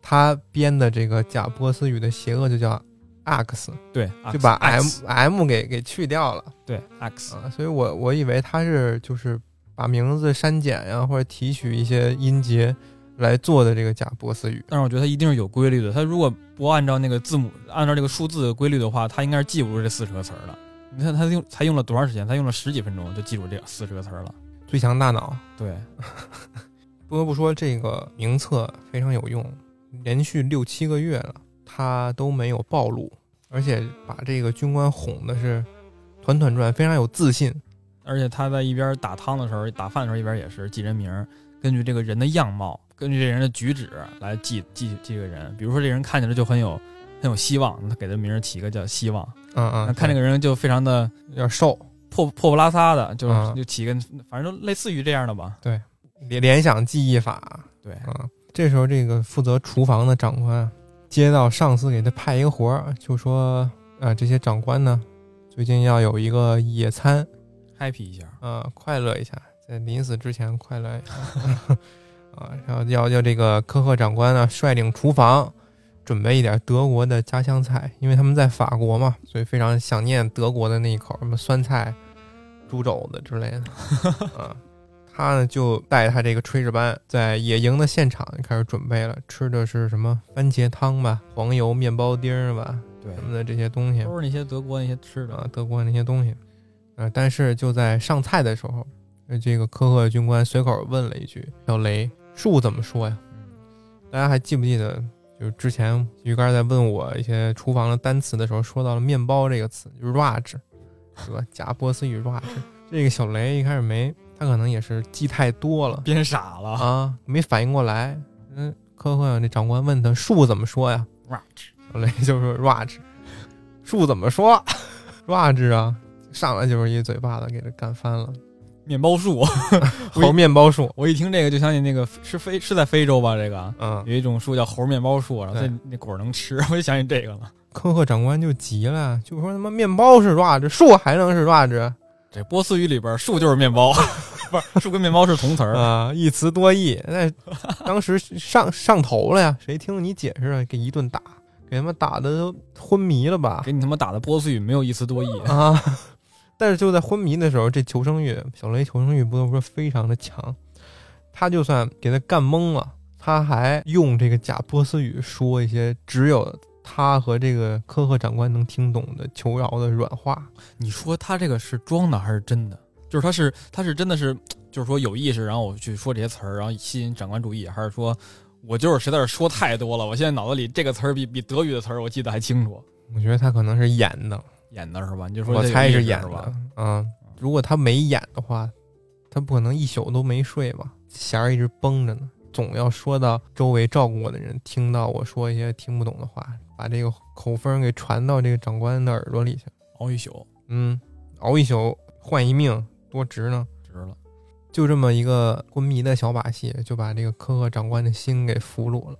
A: 他编的这个假波斯语的邪恶就叫 X，
B: 对，
A: 就把 M
B: X-
A: M 给给去掉了
B: 对 X
A: 啊，所以我我以为他是就是把名字删减呀、或者提取一些音节来做的这个假波斯语。
B: 但是我觉得它一定是有规律的。它如果不按照那个字母，按照这个数字的规律的话，它应该是记不住这四十个词儿的。你看它用才用了多长时间？它用了十几分钟就记住这四十个词儿了。
A: 最强大脑，
B: 对，
A: 不得不说这个名册非常有用，连续六七个月了，他都没有暴露，而且把这个军官哄的是团团转，非常有自信。
B: 而且他在一边打汤的时候、打饭的时候，一边也是记人名儿，根据这个人的样貌，根据这人的举止来记记记这个人。比如说这人看起来就很有很有希望，他给他名儿起一个叫希望。
A: 嗯嗯，
B: 看这
A: 个
B: 个人就非常的
A: 有点瘦，
B: 破破不拉撒的，就是、
A: 嗯
B: 就起一个反正就类似于这样的吧。
A: 联联想记忆法
B: 对，
A: 啊。这时候，这个负责厨房的长官接到上司给他派一个活儿，就说啊，这些长官呢，最近要有一个野餐，
B: happy 一下，
A: 啊，快乐一下，在临死之前快乐一下 啊，然后要要这个科赫长官呢率领厨房准备一点德国的家乡菜，因为他们在法国嘛，所以非常想念德国的那一口什么酸菜、猪肘子之类的啊。他呢就带他这个炊事班在野营的现场就开始准备了，吃的是什么番茄汤吧、黄油面包丁儿吧
B: 对
A: 什，么的这些东西。
B: 都是那些德国那些吃的。
A: 啊，德国那些东西，啊，但是就在上菜的时候，呃这个科赫军官随口问了一句：“小雷，树怎么说呀？”大家还记不记得，就是之前鱼竿在问我一些厨房的单词的时候，说到了面包这个词，就是 raj，对吧？ 假波斯语 raj，这个小雷一开始没，他可能也是记太多 了
B: 变傻了
A: 啊，没反应过来。嗯，科赫那长官问他树怎么说呀？小雷就说 “raj”，树怎么说？“raj” 啊，上来就是一嘴巴子给他干翻了。
B: 面包树，
A: 猴面包树，
B: 我一听这个就想起那个是非是在非洲吧？这个
A: 嗯，
B: 有一种树叫猴面包树，然后
A: 对
B: 那那果儿能吃， 我就想起这个了。
A: 科赫长官就急了，就说他妈面包是 raj，树还能是 raj
B: 这波斯语里边，树就是面包， 不是树跟面包是同词儿。
A: 啊？一词多义，那当时上上头了呀，谁听你解释啊？给一顿打，给他们打的都昏迷了吧？
B: 给你他妈打的波斯语没有一 词多义，
A: 啊！但是就在昏迷的时候，这求生欲，小雷求生欲不得不说非常的强。他就算给他干懵了，他还用这个假波斯语说一些只有他和这个科赫长官能听懂的求饶的软话。
B: 你说他这个是装的还是真的？就是他是他是真的是，就是说有意识，然后我去说这些词儿，然后吸引长官注意，还是说我就是实在是说太多了，我现在脑子里这个词儿比比德语的词儿我记得还清楚，
A: 我觉得他可能是演的，
B: 演的是吧？你就说
A: 我
B: 他有
A: 猜
B: 意
A: 是
B: 识
A: 演
B: 吧
A: 的？。嗯，如果他没演的话，他不可能一宿都没睡吧？弦儿一直绷着呢，总要说到周围照顾我的人听到我说一些听不懂的话，把这个口风给传到这个长官的耳朵里去。
B: 熬一宿，
A: 嗯，熬一宿换一命，多值呢！
B: 值了。
A: 就这么一个昏迷的小把戏，就把这个科赫长官的心给俘虏了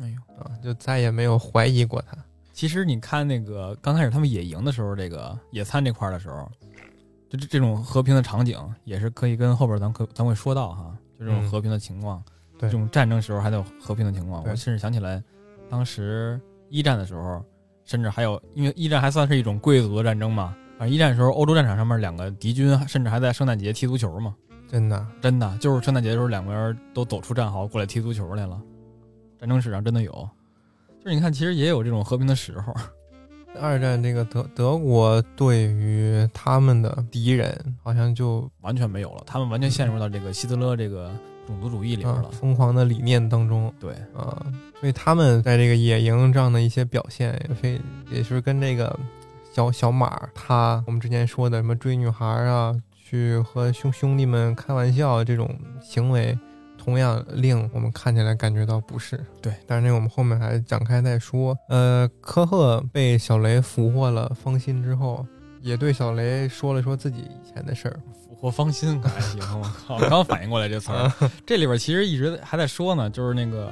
B: 哎呦，
A: 啊！就再也没有怀疑过他。
B: 其实你看那个刚开始他们野营的时候，这个野餐这块儿的时候，就这这种和平的场景也是可以跟后边儿咱可咱会说到哈，就这种
A: 嗯
B: 和平的情况，
A: 对
B: 这种战争时候还得有和平的情况。
A: 对
B: 我甚至想起来，当时一战的时候，甚至还有因为一战还算是一种贵族的战争嘛，反正一战的时候欧洲战场上面两个敌军甚至还在圣诞节踢足球嘛，
A: 真的，
B: 真的就是圣诞节的时候两个人都走出战壕过来踢足球来了，战争史上真的有，就是你看其实也有这种和平的时候。
A: 二战这个德德国对于他们的敌人，好像就
B: 完全没有了，他们完全陷入到这个希特勒这个种族主义里边
A: 啊
B: 了。
A: 疯狂的理念当中
B: 对，
A: 啊，所以他们在这个野营这样的一些表现，也非也是跟这个小小马儿他我们之前说的什么追女孩儿啊，去和兄兄弟们开玩笑啊这种行为，同样令我们看起来感觉到不适。
B: 对，
A: 但是那个我们后面还展开再说。呃，科赫被小雷俘获了芳心之后，也对小雷说了说自己以前的事儿。
B: 俘获 芳
A: 嗯
B: 心可还行？我靠，我刚反应过来这词儿。这里边其实一直还在说呢，就是那个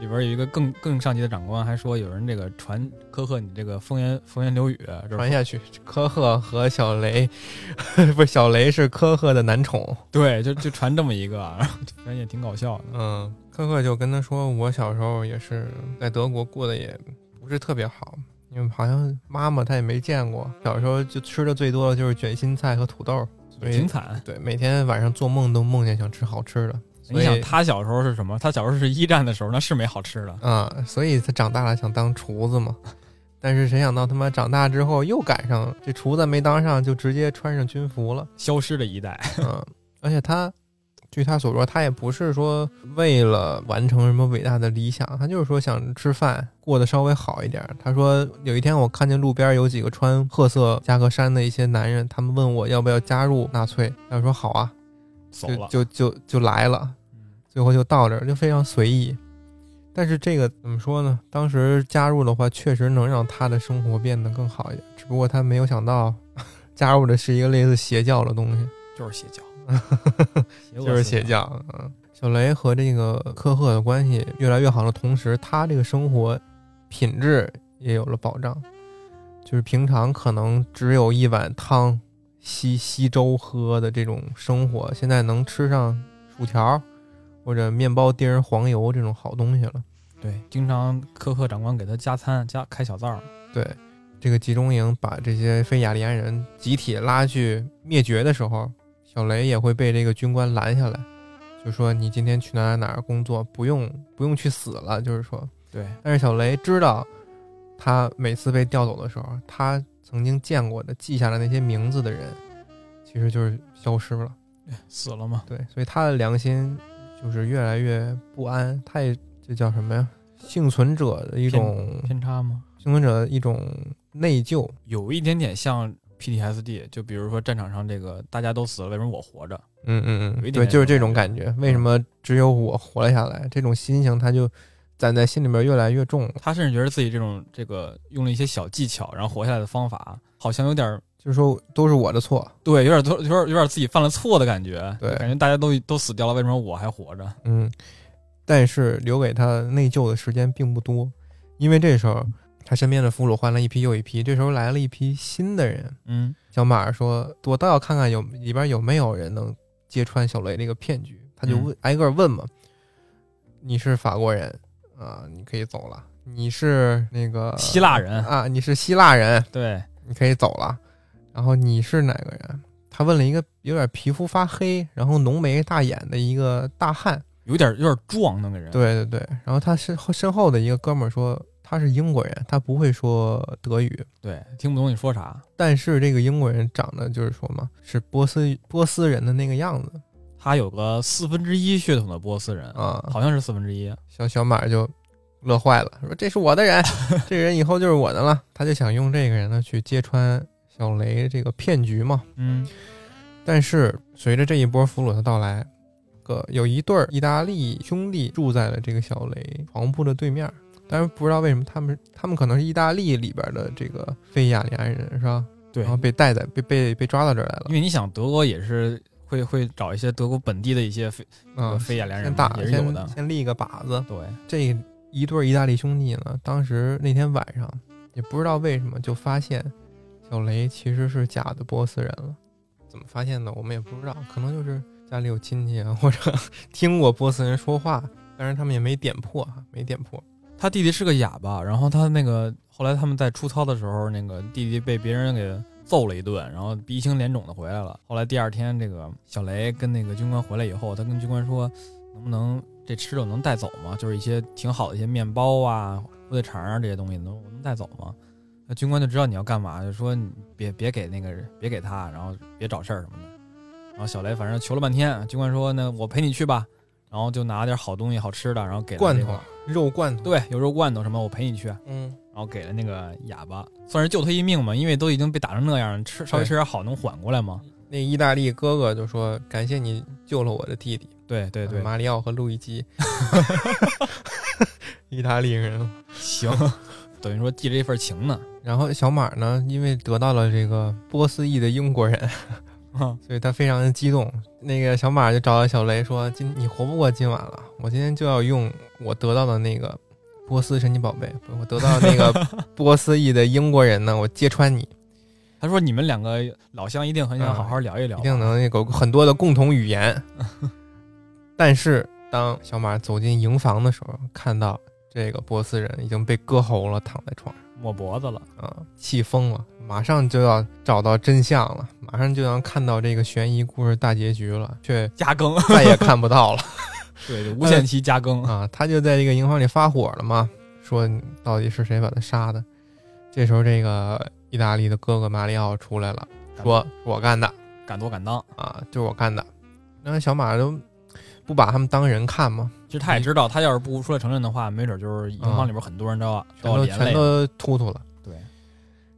B: 里边有一个更更上级的长官还说有人这个传苛刻你这个风言风言流语，啊就是
A: 传下去，科赫和小雷， 不是小雷是科赫的男宠。
B: 对，就就传这么一个， 然后反正也挺搞笑的。
A: 嗯，科赫就跟他说，我小时候也是在德国过得也不是特别好，因为好像妈妈她也没见过，小时候就吃的最多的就是卷心菜和土豆，所以
B: 挺惨。
A: 对每天晚上做梦都梦见想吃好吃的。所
B: 你
A: 以
B: 想他小时候是什么？他小时候是一战的时候，那是没好吃的。
A: 啊、所以他长大了想当厨子嘛。但是谁想到他妈长大之后又赶上这厨子没当上，就直接穿上军服了。
B: 消失的一代，
A: 嗯，而且他，据他所说，他也不是说为了完成什么伟大的理想，他就是说想吃饭过得稍微好一点儿。他说有一天我看见路边有几个穿褐色夹克衫的一些男人，他们问我要不要加入纳粹，他说好啊，
B: 走
A: 就
B: 了。
A: 就就就来了，
B: 嗯
A: 最后就到这儿，就非常随意。但是这个怎么说呢？当时加入的话，确实能让他的生活变得更好一点。只不过他没有想到， 加入的是一个类似邪教的东西。
B: 就是邪 教，邪恶
A: 就是
B: 思
A: 邪
B: 想。
A: 教。嗯，小雷和这个科赫的关系越来越好的同时，他这个生活品质也有了保障，就是平常可能只有一碗汤、稀稀粥喝的这种生活，现在能吃上薯条或者面包丁儿、黄油这种好东西了。
B: 对，经常科科长官给他加餐，加开小灶。
A: 对，这个集中营把这些非雅利安人集体拉去灭绝的时候，小雷也会被这个军官拦下来，就说你今天去哪儿哪儿哪儿工作，不用不用去死了，就是说。
B: 对，
A: 但是小雷知道，他每次被调走的时候，他曾经见过的、记下来那些名字的人，其实就是消失了。
B: 死了嘛，
A: 对，所以他的良心就是越来越不安，他也这叫什么呀？幸存者的一种
B: 偏差吗？
A: 幸存者的一种内疚，
B: 有一点点像 PTSD，就比如说战场上这个大家都死了，为什么我活着？
A: 嗯嗯
B: 有一
A: 嗯，
B: 点
A: 对，
B: 这
A: 就是这
B: 种
A: 种
B: 感嗯
A: 感觉。为什么只有我活了下来？这种心情，他就攒在心里面越来越重了。
B: 他甚至觉得自己这种这个用了一些小技巧，然后活下来的方法，好像有点儿
A: 就是说，都是我的错。
B: 对，有点多，有点有点自己犯了错的感觉。
A: 对
B: 就感觉大家都都死掉了，为什么我还活着？
A: 嗯，但是留给他内疚的时间并不多，因为这时候他身边的俘虏换了一批又一批，这时候来了一批新的人。
B: 嗯，
A: 小马儿说：“我倒要看看有里边有没有人能揭穿小雷这个骗局。”他
B: 嗯
A: 就问、挨个儿问嘛：“你是法国人啊、你可以走了。你是那个
B: 希腊人，
A: 啊，你是希腊人，
B: 对，
A: 你可以走了。然后你是哪个人？他问了一个有点皮肤发黑，然后浓眉大眼的一个大汉。
B: 有点有点壮那个人。，
A: 对对对，然后他身后身后的一个哥们儿说他是英国人，他不会说德语，
B: 对，听不懂你说啥。
A: 但是这个英国人长得就是说嘛，是波斯波斯人的那个样子
B: 他有个四分之一血统的波斯人，
A: 啊。
B: 好像是四分之一。
A: 小小马就乐坏了，说这是我的人，这人以后就是我的了。他就想用这个人呢去揭穿小雷这个骗局嘛。
B: 嗯，
A: 但是随着这一波俘虏的到来，个有一对儿意大利兄弟住在了这个小雷床铺的对面儿。当然不知道为什么他们他们可能是意大利里边儿的这个非雅利安人是吧？
B: 对
A: 然，后被带在被被被抓到这儿来了
B: 因。为你想，德国也是会会找一些德国本地的一些非、呃
A: 嗯，
B: 非雅良人
A: 先
B: 嘛
A: 打
B: 也是有的
A: 先。先立个靶子。
B: 对，
A: 这一对儿意大利兄弟呢，当时那天晚上也不知道为什么就发现小雷其实是假的波斯人了。怎么发现的？我们也不知道，可能就是家里有亲戚啊，或者 听过波斯人说话，但是他们也没点破啊，没点破。
B: 他弟弟是个哑巴，然后他那个后来他们在出操的时候，那个弟弟被别人给揍了一顿，然后鼻青脸肿的回来了。后来第二天，这个小雷跟那个军官回来以后，他跟军官说，能不能这吃的我能带走吗？就是一些挺好的一些面包啊、火腿肠啊这些东西，能我能带走吗？那军官就知道你要干嘛，就说你别别给那个人别给他，然后别找事儿什么的。然后小雷反正求了半天，军官说那我陪你去吧，然后就拿点好东西、好吃的，然后给了
A: 罐
B: 这个
A: 头，啊肉罐头。，
B: 对，有肉罐头什么，我陪你去。
A: 嗯，
B: 然后给了那个哑巴，算是救他一命嘛，因为都已经被打成那样，吃稍微吃点好能缓过来嘛。
A: 那意大利哥哥就说：“感谢你救了我的弟弟。”
B: 对对对，
A: 马里奥和路易 基，意大利人。
B: 行， 等于说记这份情呢。
A: 然后小马呢，因为得到了这个波斯裔的英国人，
B: 啊
A: 所以他非常的激动。那个小马就找到小雷说：“今你活不过今晚了，我今天就要用我得到的那个波斯神奇宝贝，我得到的那个波斯裔的英国人呢，我揭穿你，
B: 他说你们两个老乡一定很想好好聊一聊
A: 嗯一，定能有很多的共同语言。但是当小马走进营房的时候，看到这个波斯人已经被割喉了，躺在床上
B: 抹脖子了。
A: 啊、气疯了，马上就要找到真相了，马上就要看到这个悬疑故事大结局了，却
B: 加更，
A: 再也看不到了。
B: 对，就无
A: 嗯
B: 限期加更。
A: 啊，他就在这个营房里发火了嘛，说到底是谁把他杀的？这时候，这个意大利的哥哥马里奥出来了，说是我干的
B: 敢做敢当，
A: 啊，就是我干的。那小马都不把他们当人看嘛，
B: 其实他也知道，他要是不出来承认的话，没准就是营房里边很多人都要
A: 嗯全
B: 都要
A: 都
B: 连
A: 全
B: 累。
A: 都突突了。
B: 对，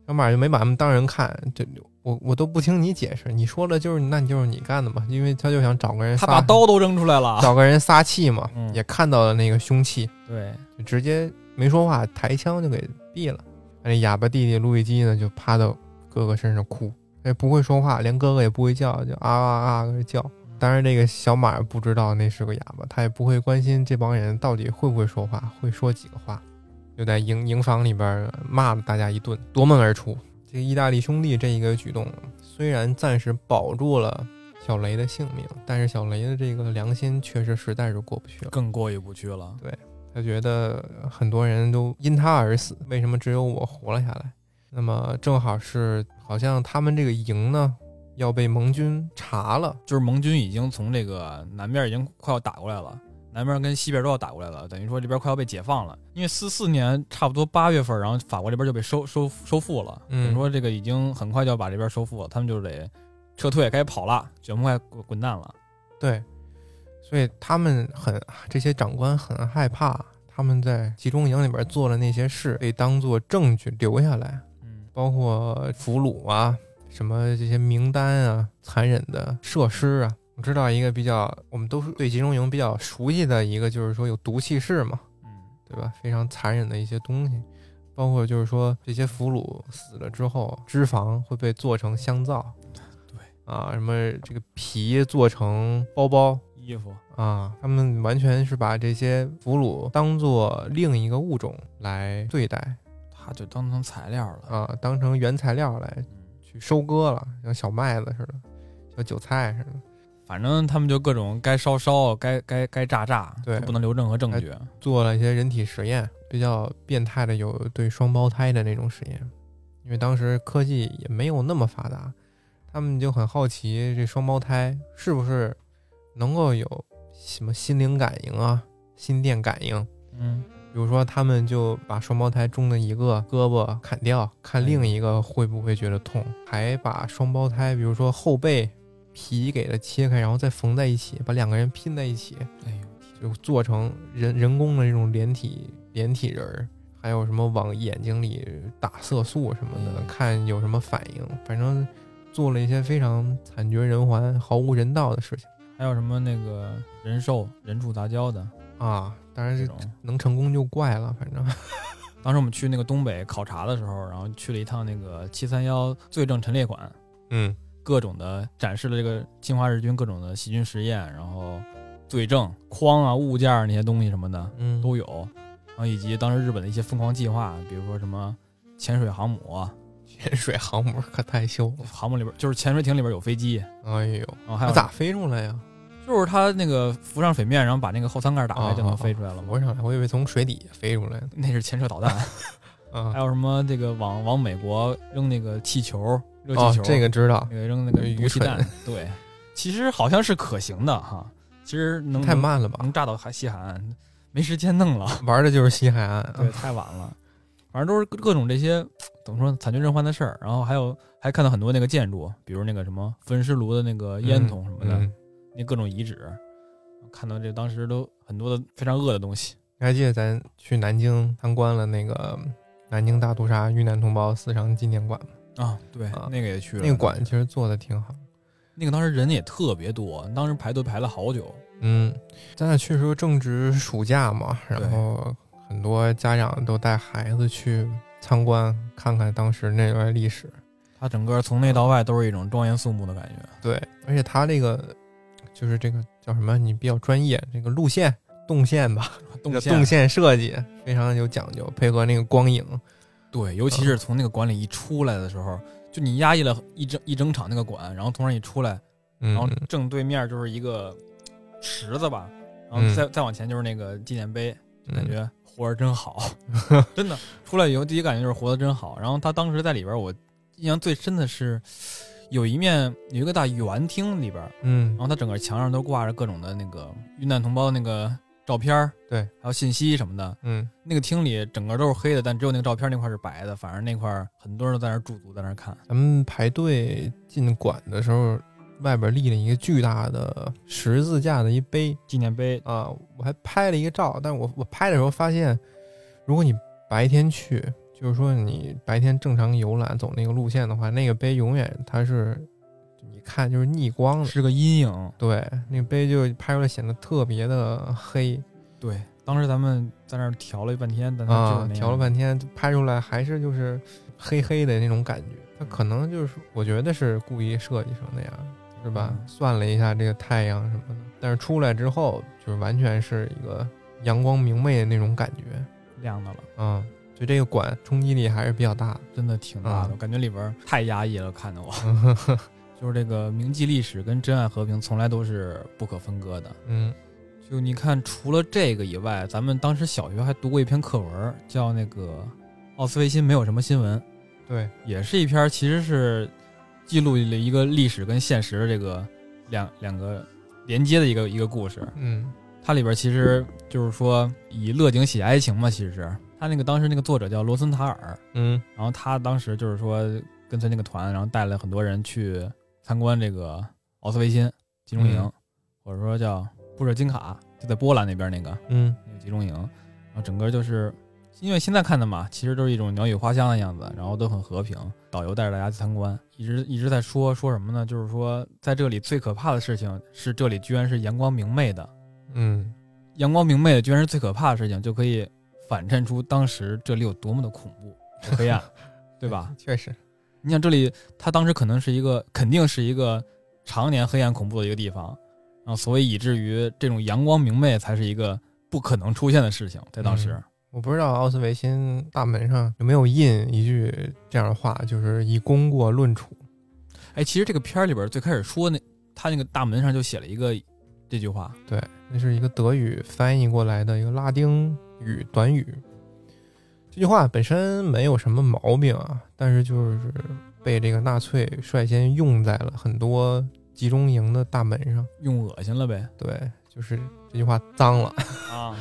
A: 小马就没把他们当人看，这我我都不听你解释，你说了就是那你就是你干的嘛，因为他就想找个人
B: 他
A: 撒
B: 把刀都扔出来了。
A: 找个人撒气嘛，
B: 嗯
A: 也看到了那个凶器，
B: 对，
A: 就直接没说话，抬枪就给毙了。那哑巴弟弟路易基呢，就趴到哥哥身上哭，哎，不会说话，连哥哥也不会叫，就啊啊啊跟着叫。当然，这个小马不知道那是个哑巴，他也不会关心这帮人到底会不会说话，会说几个话，就在营营房里边骂了大家一顿，夺门而出。这个意大利兄弟这一个举动，虽然暂时保住了小雷的性命，但是小雷的这个良心确实实在是过不去了。
B: 更过意不去了。
A: 他觉得很多人都因他而死，为什么只有我活了下来？那么正好是，好像他们这个营呢要被盟军查了，
B: 就是盟军已经从这个南边已经快要打过来了，南边跟西边都要打过来了，等于说这边快要被解放了。因为四四年差不多八月份，然后法国这边就被收收收复了，
A: 嗯
B: 等于说这个已经很快就要把这边收复了，他们就得撤退，该跑了，卷铺盖滚滚蛋了。
A: 对，所以他们很这些长官很害怕，他们在集中营里边做的那些事被当做证据留下来，
B: 嗯，
A: 包括俘虏啊，什么这些名单啊，残忍的设施啊。我知道一个比较，我们都是对集中营比较熟悉的一个，就是说有毒气室嘛，
B: 嗯，
A: 对吧？非常残忍的一些东西，包括就是说这些俘虏死了之后，脂肪会被做成香皂，
B: 对
A: 啊，什么这个皮做成包包
B: 衣服
A: 啊，他们完全是把这些俘虏当做另一个物种来对待
B: 他就当成材料了。
A: 啊，当成原材料来
B: 嗯
A: 去收割了，像小麦子似的，像韭菜似的。
B: 反正他们就各种该烧烧，该该该炸炸，
A: 对
B: 就不能留任何证据。
A: 做了一些人体实验，比较变态的有对双胞胎的那种实验，因为当时科技也没有那么发达，他们就很好奇这双胞胎是不是能够有什么心灵感应啊、心电感应。
B: 嗯，
A: 比如说，他们就把双胞胎中的一个胳膊砍掉，看另一个会不会觉得痛，还把双胞胎，比如说后背皮给它切开，然后再缝在一起，把两个人拼在一起，
B: 哎呦，
A: 就做成人人工的这种连体连体人儿，还有什么往眼睛里打色素什么的，
B: 嗯
A: 看有什么反应。反正做了一些非常惨绝人寰、毫无人道的事情
B: 还有什么那个人兽人畜杂交的
A: 啊！当然
B: 这
A: 是
B: 种。
A: 能成功就怪了，反正
B: 当时我们去那个东北考察的时候，然后去了一趟那个七三幺罪证陈列馆，
A: 嗯
B: 各种的展示了这个侵华日军各种的细菌实验，然后罪证框啊、物件儿那些东西什么的
A: 嗯
B: 都有，然后以及当时日本的一些疯狂计划，比如说什么潜水航母啊，
A: 潜水航母可太羞了，
B: 航母里边就是潜水艇里边有飞机，
A: 哎呦，
B: 然后还
A: 它
B: 有
A: 咋飞出来呀、
B: 就是它那个浮上水面，然后把那个后舱盖打开就能飞出来了嘛。
A: 啊我想我以为从水底下飞出来呢
B: 那是潜射导弹，还
A: 啊！
B: 有什么这个往往美国扔那个气球、热
A: 哦
B: 气球，，
A: 这个知道
B: 那，个扔那个毒气
A: 愚
B: 弹，对，其实好像是可行的哈。其实能
A: 太，慢了吧？
B: 能炸到海西海岸，没时间弄了，
A: 玩的就是西海岸啊，
B: 对，太晚了。反正都是各各种这些怎么说惨绝人寰的事儿，然后还有还看到很多那个建筑，比如那个什么焚尸炉的那个烟囱什么的，
A: 嗯嗯
B: 那各种遗址，看到这当时都很多的非常恶的东西。
A: 你还记得咱去南京参观了那个南京大屠杀遇难同胞死伤纪念馆吗？
B: 啊，对，
A: 啊
B: 那个也去了。
A: 那个馆其实做的挺好。
B: 那个当时人也特别多，当时排队排了好久。
A: 嗯，咱俩去的时候正值暑假嘛，然后很多家长都带孩子去参观，看看当时那段历史。
B: 它整个从内到外都是一种庄严肃穆的感觉。
A: 对，而且他这个就是这个叫什么？你比较专业，这个路线动线吧，
B: 动
A: 这
B: 线
A: 动线设计非常有讲究，配合那个光影，
B: 对，尤其是从那个馆里一出来的时候，就你压抑了一整一整场那个馆，然后突然一出来，
A: 嗯
B: 然后正对面就是一个池子吧，然
A: 嗯
B: 后再、再往前就是那个纪念碑，感觉活着真好， 真的出来以后第一感觉就是活得真好。然后他当时在里边，我印象最深的是有一面有一个大圆厅里边，
A: 嗯
B: 然后它整个墙上都挂着各种的那个遇难同胞的那个照片儿
A: 对，
B: 还有信息什么的。
A: 嗯
B: 那个厅里整个都是黑的，但只有那个照片那块是白的，反正那块儿很多人都在那儿驻足，在那儿看。
A: 咱们排队进馆的时候，外边立了一个巨大的十字架的一碑
B: 纪念碑
A: 啊，我还拍了一个照，但我我拍的时候发现，如果你白天去，就是说你白天正常游览走那个路线的话，那个碑永远它是你看就是逆光的，
B: 是个阴影，
A: 对，那个碑就拍出来显得特别的黑
B: 对。当时咱们在那儿调了半天，但它就是
A: 啊
B: 那，样
A: 调了半天拍出来还是就是黑黑的那种感觉，它可能就是我觉得是故意设计成那样的。是吧？
B: 嗯
A: 算了一下这个太阳什么的，但是出来之后就是完全是一个阳光明媚的那种感觉，
B: 亮的了，
A: 嗯，就这个馆冲击力还是比较大的。
B: 真的挺大的。
A: 嗯
B: 我感觉里边儿太压抑了，看 得我。就是这个铭记历史跟珍爱和平从来都是不可分割的。
A: 嗯
B: 就你看，除了这个以外，咱们当时小学还读过一篇课文，叫那个《奥斯维辛没有什么新闻》，
A: 对，
B: 也是一篇其实是记录了一个历史跟现实的这个两两个连接的一个一个故事。
A: 嗯
B: 它里边其实就是说以乐景喜哀情嘛，其实是他那个当时那个作者叫罗森塔尔，
A: 嗯
B: 然后他当时就是说跟随那个团，然后带了很多人去参观这个奥斯维辛集中营，
A: 嗯
B: 或者说叫布热津卡，就在波兰那边那个
A: 嗯
B: 那个集中营，然后整个就是因为现在看的嘛，其实都是一种鸟语花香的样子，然后都很和平。导游带着大家去参观，一直一直在说说什么呢？就是说在这里最可怕的事情是这里居然是阳光明媚的，
A: 嗯
B: 阳光明媚的居然是最可怕的事情，就可以反衬出当时这里有多么的恐怖、和黑暗，对吧？？
A: 确实，
B: 你想这里，它当时可能是一个，肯定是一个常年黑暗恐怖的一个地方，然后所以以至于这种阳光明媚才是一个不可能出现的事情，在当时。
A: 嗯我不知道奥斯维辛大门上有没有印一句这样的话，就是以功过论处。
B: 哎，其实这个片儿里边最开始说那他那个大门上就写了一个这句话，
A: 对，那是一个德语翻译过来的一个拉丁语短语。这句话本身没有什么毛病啊，但是就是被这个纳粹率先用在了很多集中营的大门上。
B: 用恶心了呗
A: 对，就是这句话脏了，
B: 啊，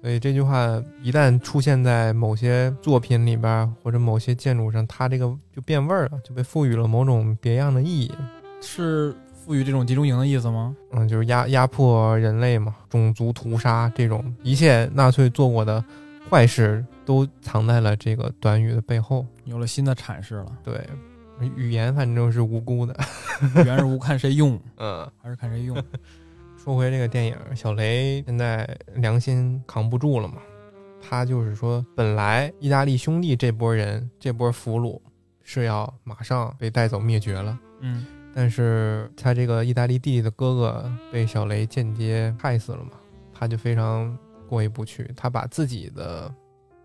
A: 所以这句话一旦出现在某些作品里边儿或者某些建筑上，它这个就变味儿了，就被赋予了某种别样的意义。
B: 是赋予这种集中营的意思吗？
A: 嗯，就是压压迫人类嘛，种族屠杀这种一切纳粹做过的坏事，都藏在了这个短语的背后。
B: 有了新的阐释了，
A: 对，语言反正是无辜的。
B: 原是无看谁用，
A: 嗯，
B: 还是看谁用。
A: 说回这个电影，小雷现在良心扛不住了嘛？他就是说，本来意大利兄弟这波人，这波俘虏是要马上被带走灭绝了，
B: 嗯，
A: 但是他这个意大利弟弟的哥哥被小雷间接害死了嘛，他就非常过意不去，他把自己的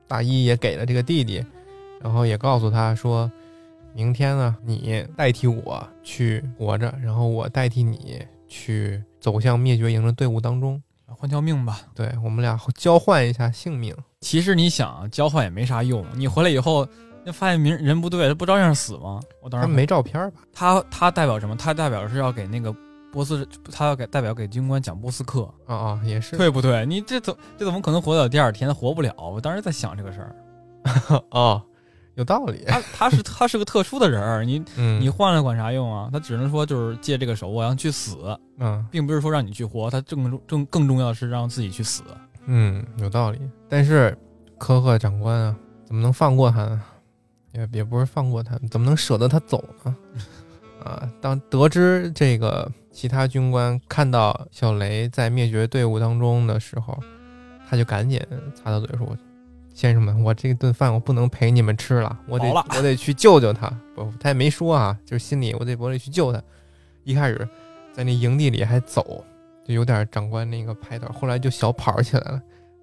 A: 大衣也给了这个弟弟，然后也告诉他说，明天呢你代替我去活着，然后我代替你去走向灭绝营的队伍当中，
B: 换条命吧。
A: 对我们俩交换一下性命。
B: 其实你想交换也没啥用，你回来以后，那发现民人不对，他不照样死吗？我当
A: 他
B: 时
A: 没照片吧？
B: 他他代表什么？他代表是要给那个波斯，他要给代表给军官讲波斯课，
A: 啊啊，也是
B: 对不对？你这怎这怎么可能活到第二天？活不了。我当时在想这个事儿，
A: 哦，有道理。
B: 他他是他是个特殊的人儿，你
A: 嗯，
B: 你换了管啥用啊？他只能说就是借这个手我让去死，
A: 嗯
B: 并不是说让你去活，他更更更重要的是让自己去死。
A: 嗯，有道理。但是科赫长官啊，怎么能放过他呢？也也不是放过他，怎么能舍得他走呢？ 啊，当得知这个其他军官看到小雷在灭绝队伍当中的时候，他就赶紧擦擦嘴说：“先生们，我这顿饭我不能陪你们吃了，我得
B: 饱了
A: 我得去救救他。”不，他也没说啊，就是心里我得我得去救他。一开始在那营地里还走，就有点长官那个派头。后来就小跑起来了，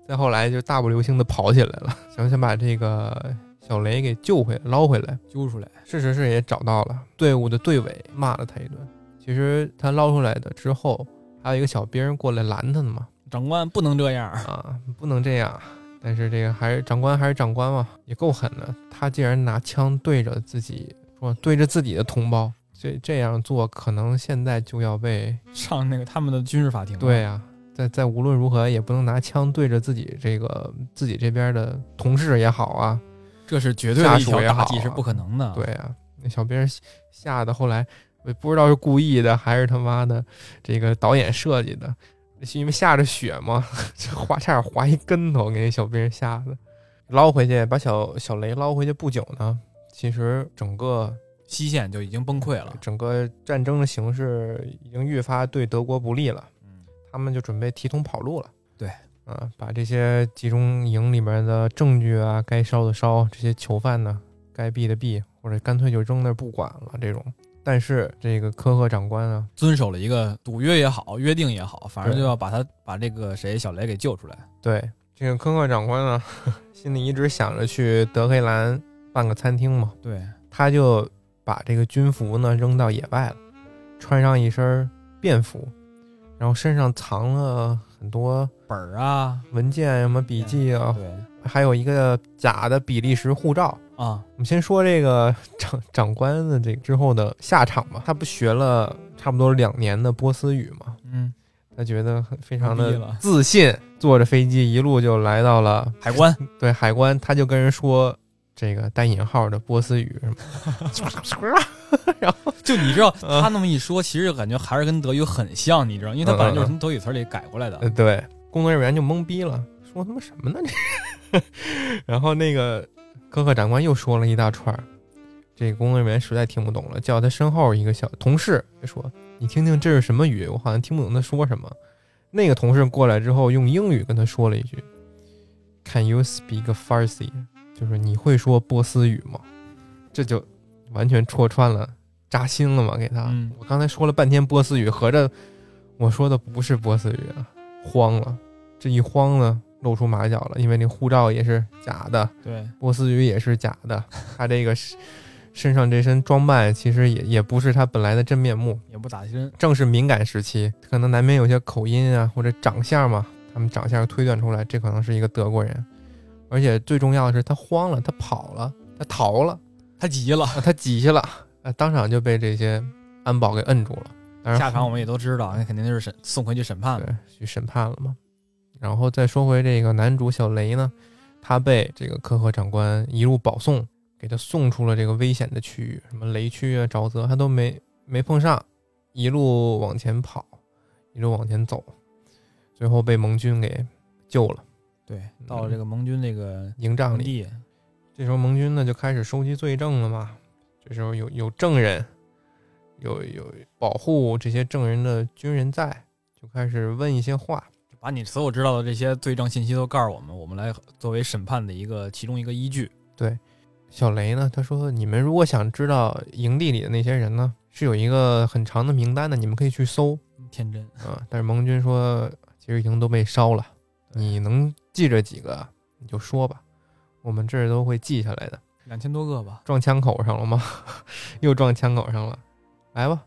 A: 再后来就大步流星的跑起来了，想想把这个小雷给救回来、捞回来。
B: 揪出来，
A: 事实是也找到了队伍的队尾，骂了他一顿。其实他捞出来的之后，还有一个小兵过来拦他的嘛，
B: 长官不能这样，
A: 啊，不能这样。但是这个还是长官还是长官嘛，也够狠的。他竟然拿枪对着自己说，对着自己的同胞，这这样做可能现在就要被
B: 上那个他们的军事法庭了。
A: 对呀、啊在在无论如何也不能拿枪对着自己这个自己这边的同事也好啊，
B: 这是绝对的一条
A: 下属也好啊
B: 大忌，是不可能的。
A: 对，呀、那小兵吓吓得后来我不知道是故意的还是他妈的这个导演设计的，是因为下着雪嘛， 这滑差点滑一跟头给那小兵吓的，捞回去把小小雷捞回去不久呢，其实整个
B: 西线就已经崩溃了。
A: 整个战争的形势已经愈发对德国不利了，
B: 嗯，
A: 他们就准备提桶跑路了。
B: 对，
A: 啊，把这些集中营里面的证据啊，该烧的烧，这些囚犯呢，该毙的毙，或者干脆就扔那儿不管了这种。但是这个科赫长官啊，
B: 遵守了一个赌约也好，约定也好，反正
A: 对
B: 就要把他把这个谁小雷给救出来。
A: 对这个科赫长官啊， 心里一直想着去德黑兰办个餐厅嘛，
B: 对，
A: 他就把这个军服呢扔到野外了，穿上一身便服，然后身上藏了很多
B: 本儿啊，
A: 文件，什么笔记啊，
B: 对
A: 还有一个假的比利时护照。
B: 啊，
A: 我们先说这个长 长官的这个之后的下场吧。他不学了差不多两年的波斯语嘛，
B: 嗯，
A: 他觉得很非常
B: 牛逼
A: 的
B: 了
A: 自信，坐着飞机一路就来到了
B: 海关
A: 对海关，他就跟人说这个带引号的波斯语什么，
B: 就你知道
A: 嗯
B: 他那么一说，其实感觉还是跟德语很像，你知道，因为他
A: 嗯
B: 本来就是
A: 嗯嗯
B: 从德语词儿里改过来的
A: 呃，。对，工作人员就懵逼了，说他妈什么呢这？ 然后那个科克长官又说了一大串儿，这个工作人员实在听不懂了，叫他身后一个小同事就说：“你听听这是什么语？我好像听不懂他说什么。”那个同事过来之后，用英语跟他说了一句：“Can you speak Farsi？” 就是你会说波斯语吗？这就完全戳穿了，扎心了嘛，给他。
B: 嗯
A: 我刚才说了半天波斯语，合着我说的不是波斯语啊，慌了。这一慌呢，露出马脚了，因为那护照也是假的，
B: 对，
A: 波斯语也是假的，他这个身身上这身装扮其实也也不是他本来的真面目。
B: 也不咋真。
A: 正是敏感时期，可能难免有些口音啊或者长相嘛，他们长相推断出来这可能是一个德国人。而且最重要的是，他慌了，他跑了，他逃了，
B: 他急了，
A: 啊，他急去了，啊，当场就被这些安保给摁住了。当然
B: 下场我们也都知道，那肯定就是审送回去审判了。
A: 对，去审判了嘛。然后再说回这个男主小雷呢，他被这个科赫长官一路保送，给他送出了这个危险的区域，什么雷区啊、沼泽，他都没没碰上，一路往前跑，一路往前走，最后被盟军给救了。
B: 对，到了这个盟军这个
A: 营帐
B: 营
A: 里，
B: 地，
A: 这时候盟军呢就开始收集罪证了嘛。这时候有有证人，有有保护这些证人的军人在，就开始问一些话。
B: 把你所有知道的这些罪证信息都告诉我们，我们来作为审判的一个其中一个依据。
A: 小雷呢，他说：“你们如果想知道营地里的那些人呢，是有一个很长的名单的，你们可以去搜
B: 天真，
A: 啊。”但是盟军说：“其实营都被烧了，你能记着几个你就说吧，我们这儿都会记下来的。
B: 两千多个吧”？
A: 撞枪口上了吗？ 又撞枪口上了，来吧，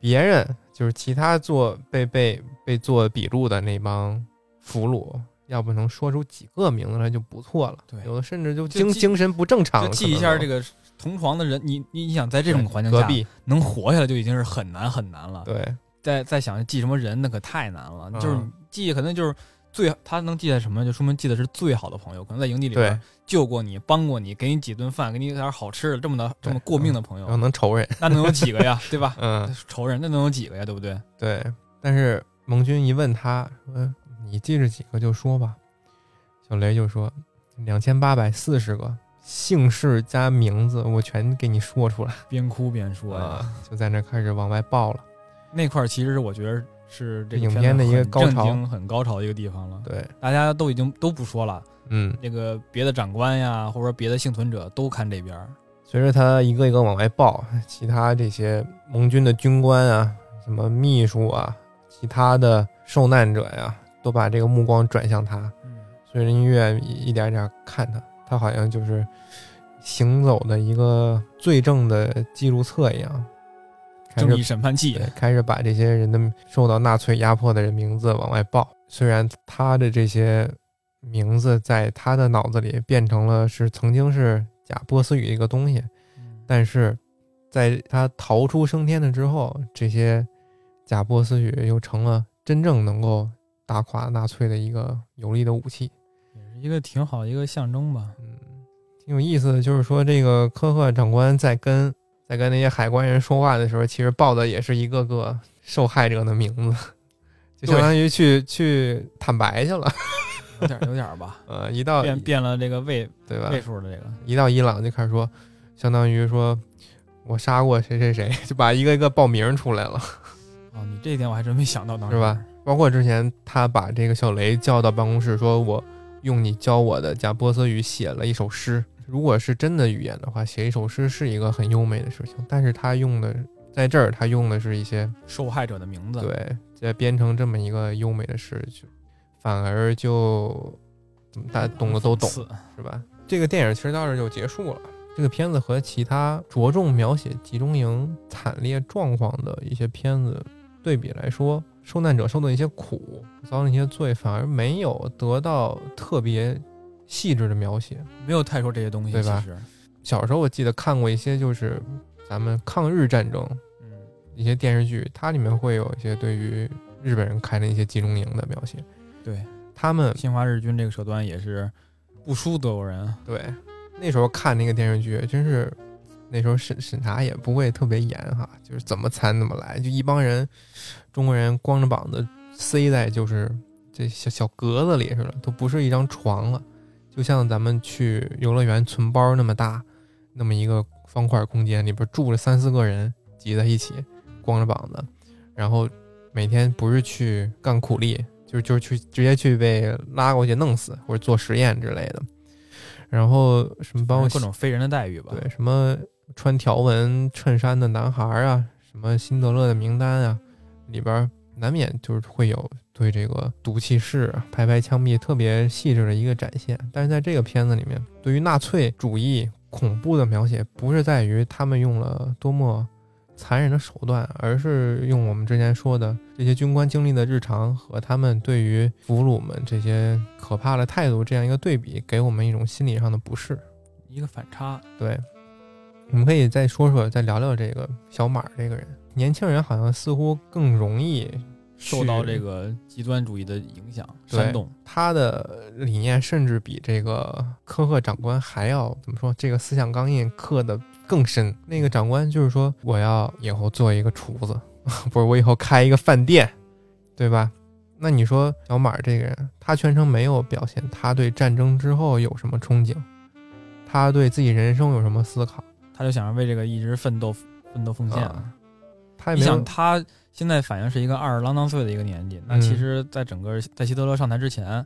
A: 别人就是其他做被被被做笔录的那帮俘虏。要不能说出几个名字来就不错了，
B: 对
A: 有的甚至就
B: 就
A: 精
B: 记
A: 精神不正常，
B: 就记一下这
A: 个
B: 个同床的人，你你你想在这种环境
A: 隔
B: 下啊嗯
A: 壁
B: 能活下来就已经是很难很难了，
A: 对。
B: 再再想记什么人那可太难了，
A: 嗯
B: 就是记可能就是最他能记得什么，就说明记得是最好的朋友，可能在营地里边
A: 对
B: 救过你、帮过你、给你几顿饭、给你点好吃的，这么的这么过命的朋
A: 然后
B: 友，
A: 能仇人，
B: 那能有几个呀？ 对吧？
A: 嗯，
B: 仇人那能有几个呀？对不对？
A: 对。但是盟军一问他说：“你记着几个就说吧。”小雷就说：“两千八百四十个，姓氏加名字我全给你说出来。
B: 边哭边”说呀，
A: 啊，就在那开始往外爆了。
B: 那块儿其实我觉得是这个
A: 影
B: 子
A: 片的一个
B: 很
A: 高
B: 震
A: 潮
B: 惊很高潮的一个地方了。
A: 对，
B: 大家都已经都不说了，
A: 嗯，
B: 那个别的长官呀，或者说别的幸存者都看这边儿，
A: 随着他一个一个往外爆，其他这些盟军的军官啊、什么秘书啊、其他的受难者呀，都把这个目光转向他。
B: 嗯
A: 随着音乐一点点看他，他好像就是行走的一个罪证的记录册一样，开
B: 正
A: 始
B: 义审判器
A: 对，开始把这些人的受到纳粹压迫的人名字往外报。虽然他的这些名字在他的脑子里变成了是曾经是假波斯语一个东西，但是在他逃出升天了之后，这些假波斯语又成了真正能够打垮纳粹的一个有力的武器。
B: 也是一个挺好的一个象征吧。
A: 嗯，挺有意思的，就是说这个科赫长官在跟在跟那些海关人说话的时候，其实报的也是一个个受害者的名字， 就相当于去去坦白去了。
B: 有点儿有点儿吧，
A: 呃，一到
B: 变变了这个位
A: 对吧
B: 位？数的这个，
A: 一到伊朗就开始说，相当于说我杀过谁谁谁，就把一个一个报名出来了，
B: 哦，你这一点我还真没想到，当时
A: 是吧？？包括之前他把这个小雷叫到办公室，说我用你教我的加波斯语写了一首诗。如果是真的语言的话，写一首诗是一个很优美的事情，但是他用的在这儿，他用的是一些
B: 受害者的名字，，
A: 对，在编成这么一个优美的诗，就反而就怎么大家懂的都懂，是吧？这个电影其实到这儿就结束了。这个片子和其他着重描写集中营惨烈状况的一些片子对比来说，受难者受的一些苦，遭的一些罪，反而没有得到特别细致的描写。
B: 没有太说这些东西，
A: 对吧
B: 其实，
A: 小时候我记得看过一些，就是咱们抗日战争
B: 嗯，
A: 一些电视剧，它里面会有一些对于日本人开的一些集中营的描写。
B: 对，
A: 他们
B: 侵华日军这个手段也是不输德国人，
A: 对，那时候看那个电视剧，真是那时候审审查也不会特别严哈，就是怎么参怎么来，就一帮人中国人光着膀子塞在就是这小小格子里似的，都不是一张床了，就像咱们去游乐园存包那么大，那么一个方块空间里边住着三四个人挤在一起，光着膀子，然后每天不是去干苦力。就是就是去直接去被拉过去弄死，或者做实验之类的，然后什么包括
B: 各种非人的待遇吧，
A: 对，什么穿条纹衬衫的男孩儿啊，什么辛德勒的名单啊，里边儿难免就是会有对这个毒气室啊、排排枪毙特别细致的一个展现。但是在这个片子里面，对于纳粹主义恐怖的描写，不是在于他们用了多么残忍的手段，而是用我们之前说的这些军官经历的日常和他们对于俘虏们这些可怕的态度这样一个对比，给我们一种心理上的不适。
B: 一个反差，
A: 对，我们可以再说说，再聊聊这个小马儿这个人。年轻人好像似乎更容易
B: 受到
A: 去
B: 这个极端主义的影响
A: 对
B: 煽动，
A: 他的理念，甚至比这个科赫长官还要怎么说？这个思想钢印刻的更深。那个长官就是说，我要以后做一个厨子， 不是我以后开一个饭店，对吧？那你说小马儿这个人，他全程没有表现他对战争之后有什么憧憬，他对自己人生有什么思考，
B: 他就想着为这个一直奋斗奋斗奉献。
A: 啊他也
B: 你
A: 哎没有
B: 想，他现在反映是一个二十郎当岁的一个年纪，那
A: 嗯
B: 其实，在整个在希特勒上台之前，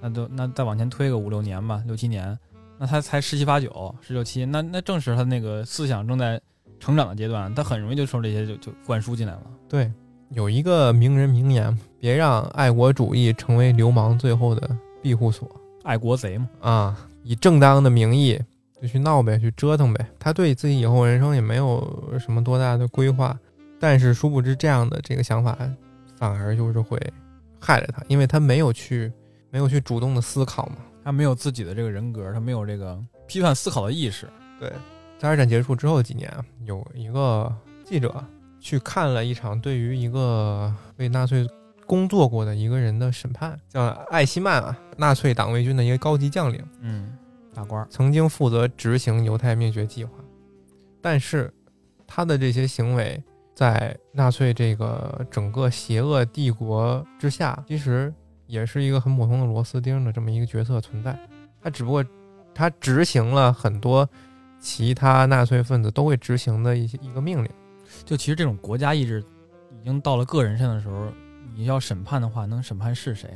B: 那都那再往前推个五六年吧，六七年，那他才十七八九、十六七，那那正是他那个思想正在成长的阶段，他很容易就受这些就就灌输进来了。
A: 对，有一个名人名言：“别让爱国主义成为流氓最后的庇护所
B: 爱国贼嘛，
A: 啊！以正当的名义就去闹呗，去折腾呗。”他对自己以后人生也没有什么多大的规划，但是殊不知这样的这个想法反而就是会害了他，因为他没有去没有去主动的思考嘛。
B: 他没有自己的这个人格，他没有这个批判思考的意识。
A: 对，在二战结束之后几年啊，有一个记者去看了一场对于一个为纳粹工作过的一个人的审判，叫艾希曼啊，纳粹党卫军的一个高级将领，
B: 嗯，大官儿，
A: 曾经负责执行犹太灭绝计划，但是他的这些行为在纳粹这个整个邪恶帝国之下，其实也是一个很普通的螺丝钉的这么一个角色存在。他只不过他执行了很多其他纳粹分子都会执行的一些一个命令。
B: 就其实这种国家意志已经到了个人上的时候，你要审判的话，能审判是谁？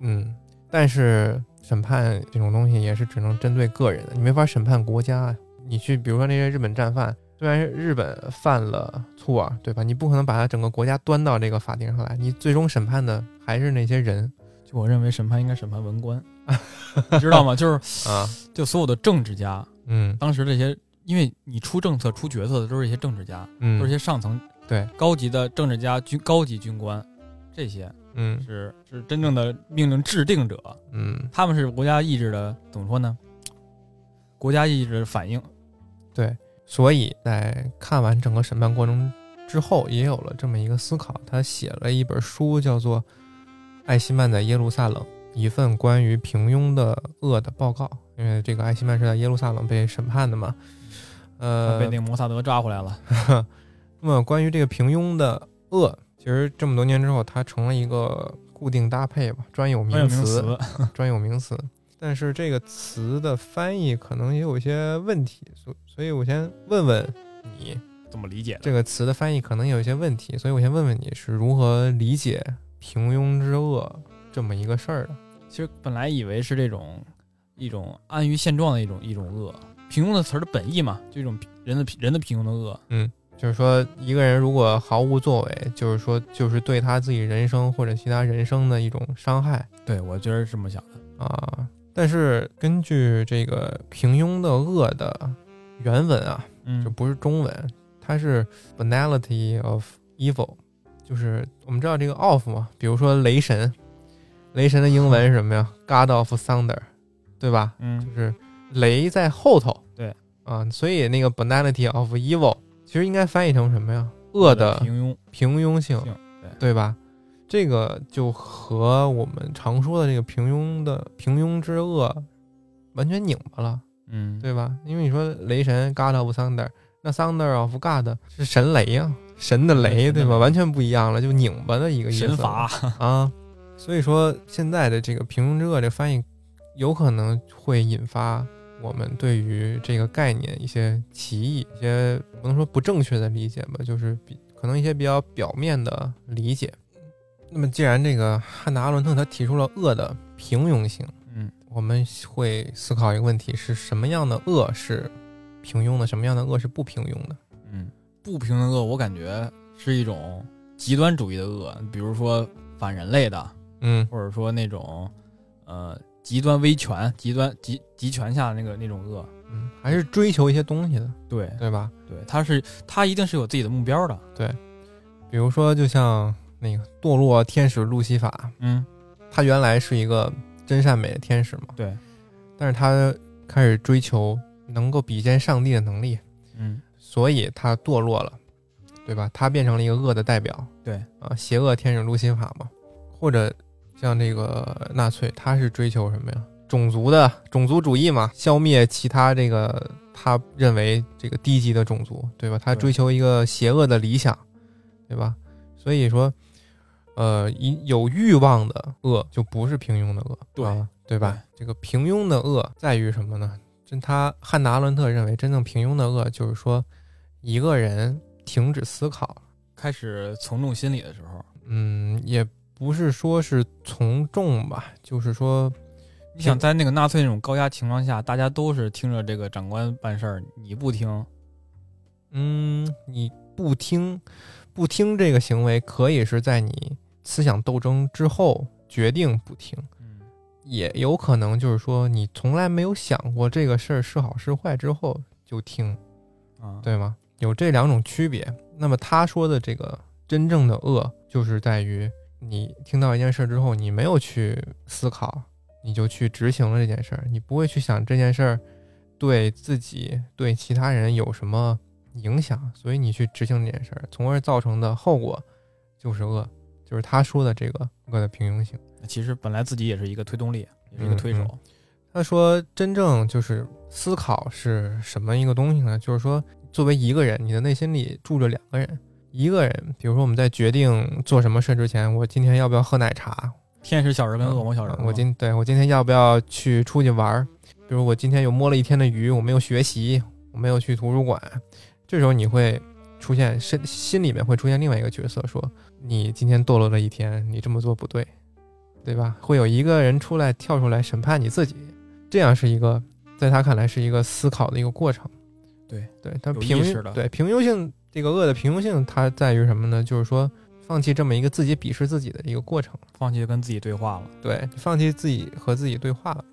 A: 嗯，但是审判这种东西也是只能针对个人的，你没法审判国家呀。你去，比如说那些日本战犯，虽然日本犯了错，啊对吧？你不可能把他整个国家端到这个法庭上来，你最终审判的还是那些人
B: 就我认为审判应该审判 文官，你知道吗？就是
A: 啊。
B: 就所有的政治家，
A: 嗯
B: 当时这些，因为你出政策、出决策的都是一些政治家，都是一
A: 嗯
B: 些上层
A: 对
B: 高级的政治家、军高级军官，这些
A: 嗯
B: 是是真正的命令制定者，
A: 嗯，
B: 他们是国家意志的怎么说呢？国家意志的反应，
A: 对。所以在看完整个审判过程之后，也有了这么一个思考。他写了一本书，叫做《艾希曼在耶路撒冷：一份关于平庸的恶的报告》，因为这个艾希曼是在耶路撒冷被审判的嘛。呃，
B: 被那个摩萨德抓回来了。
A: 那么关于这个平庸的恶，其实这么多年之后，它成了一个固定搭配吧，专有
B: 专有
A: 名词，
B: 名词，
A: 专有名词。但是这个词的翻译可能也有一些问题，所所以我先问问你，
B: 怎么理解的？
A: 这个词的翻译可能有一些问题，所以我先问问你是如何理解“平庸之恶”这么一个事儿的？
B: 其实本来以为是这种一种安于现状的一种一种恶，平庸的词儿的本意嘛，就一种平人的平人的平庸的恶。
A: 就是说，一个人如果毫无作为，就是说，就是对他自己人生或者其他人生的一种伤害。
B: 对，我觉得是这么想的。
A: 啊。但是根据这个《平庸的恶》的原文啊，
B: 嗯，
A: 就不是中文，它是 banality of evil，就是我们知道这个 of 嘛，比如说雷神，雷神的英文是什么呀？God of Thunder，对吧？
B: 嗯，
A: 就是雷在后头。
B: 对
A: 啊，所以那个 banality of evil 其实应该翻译成什么呀？恶的
B: 平庸
A: 平庸性，
B: 性
A: 对吧？这个就和我们常说的这个平庸的平庸之恶完全拧巴了，
B: 嗯，
A: 对吧？因为你说雷神 God of Thunder，那 Thunder of God 是神雷呀、神的雷，
B: 神的
A: 对吧？
B: 雷
A: 完全不一样了，就拧巴的一个意思
B: 神罚，
A: 啊。所以说，现在的这个平庸之恶这翻译，有可能会引发我们对于这个概念一些歧义，一些不能说不正确的理解吧，就是比可能一些比较表面的理解。那么，既然这个汉娜·阿伦特他提出了恶的平庸性，
B: 嗯，
A: 我们会思考一个问题：是什么样的恶是平庸的，什么样的恶是不平庸的？
B: 嗯，不平庸的恶，我感觉是一种极端主义的恶，比如说反人类的，
A: 嗯
B: 或者说那种呃极端威权、极端极极权下的那个那种恶。
A: 嗯，还是追求一些东西的，
B: 对
A: 对吧？
B: 对，他是他一定是有自己的目标的。
A: 比如说，就像那个堕落天使路西法，
B: 嗯，
A: 他原来是一个真善美的天使嘛，
B: 对，
A: 但是他开始追求能够比肩上帝的能力，
B: 嗯，
A: 所以他堕落了，对吧？他变成了一个恶的代表，
B: 对
A: 啊，邪恶天使路西法嘛，或者像这个纳粹，他是追求什么呀？种族的种族主义嘛，消灭其他这个他认为这个低级的种族，对吧？他
B: 对
A: 追求一个邪恶的理想，对吧？所以说，呃，一有欲望的恶就不是平庸的恶，
B: 对
A: 啊对吧？这个平庸的恶在于什么呢？真他汉娜·阿伦特认为，真正平庸的恶就是说，一个人停止思考，
B: 开始从众心理的时候，
A: 嗯，也不是说是从众吧，就是说，
B: 你想在那个纳粹那种高压情况下，大家都是听着这个长官办事儿，你不听，
A: 嗯，你不听，不听这个行为，可以是在你思想斗争之后决定不听，
B: 嗯，
A: 也有可能就是说你从来没有想过这个事儿是好是坏之后就听，
B: 啊，
A: 对吗？有这两种区别。那么他说的这个真正的恶，就是在于你听到一件事之后，你没有去思考，你就去执行了这件事儿，你不会去想这件事儿对自己、对其他人有什么影响，所以你去执行这件事儿，从而造成的后果就是恶，就是他说的这个恶的平庸性。
B: 其实本来自己也是一个推动力，也是一个推手，
A: 嗯他说，真正就是思考是什么一个东西呢？就是说，作为一个人，你的内心里住着两个人。一个人，比如说我们在决定做什么事之前，我今天要不要喝奶茶？
B: 天使小人跟恶魔小人啊
A: 嗯
B: 嘛，
A: 我今对我今天要不要去出去玩儿？比如我今天有摸了一天的鱼，我没有学习，我没有去图书馆。这时候你会出现身心里面会出现另外一个角色，说你今天堕落了一天，你这么做不对，对吧？会有一个人出来跳出来审判你自己，这样是一个在他看来是一个思考的一个过程。
B: 对
A: 对，它
B: 有
A: 平
B: 意
A: 庸
B: 识的
A: 对平庸性这个恶的平庸性，它在于什么呢？就是说放弃这么一个自己鄙视自己的一个过程，
B: 放弃跟自己对话了。
A: 对，放弃自己和自己对话了。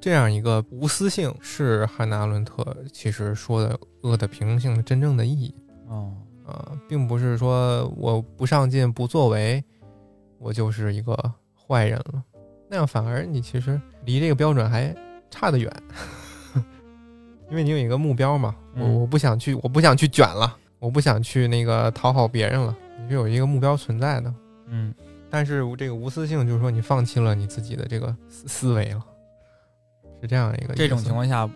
A: 这样一个无私性是汉娜·阿伦特其实说的恶的平庸性的真正的意义。
B: 哦，
A: 啊，并不是说我不上进、不作为，我就是一个坏人了。那样反而你其实离这个标准还差得远， 因为你有一个目标嘛。我
B: 嗯
A: 我不想去，我不想去卷了，我不想去那个讨好别人了。你是有一个目标存在的，
B: 嗯，
A: 但是这个无私性就是说你放弃了你自己的这个思思维了，是这样一个
B: 这种
A: 意思
B: 情况下，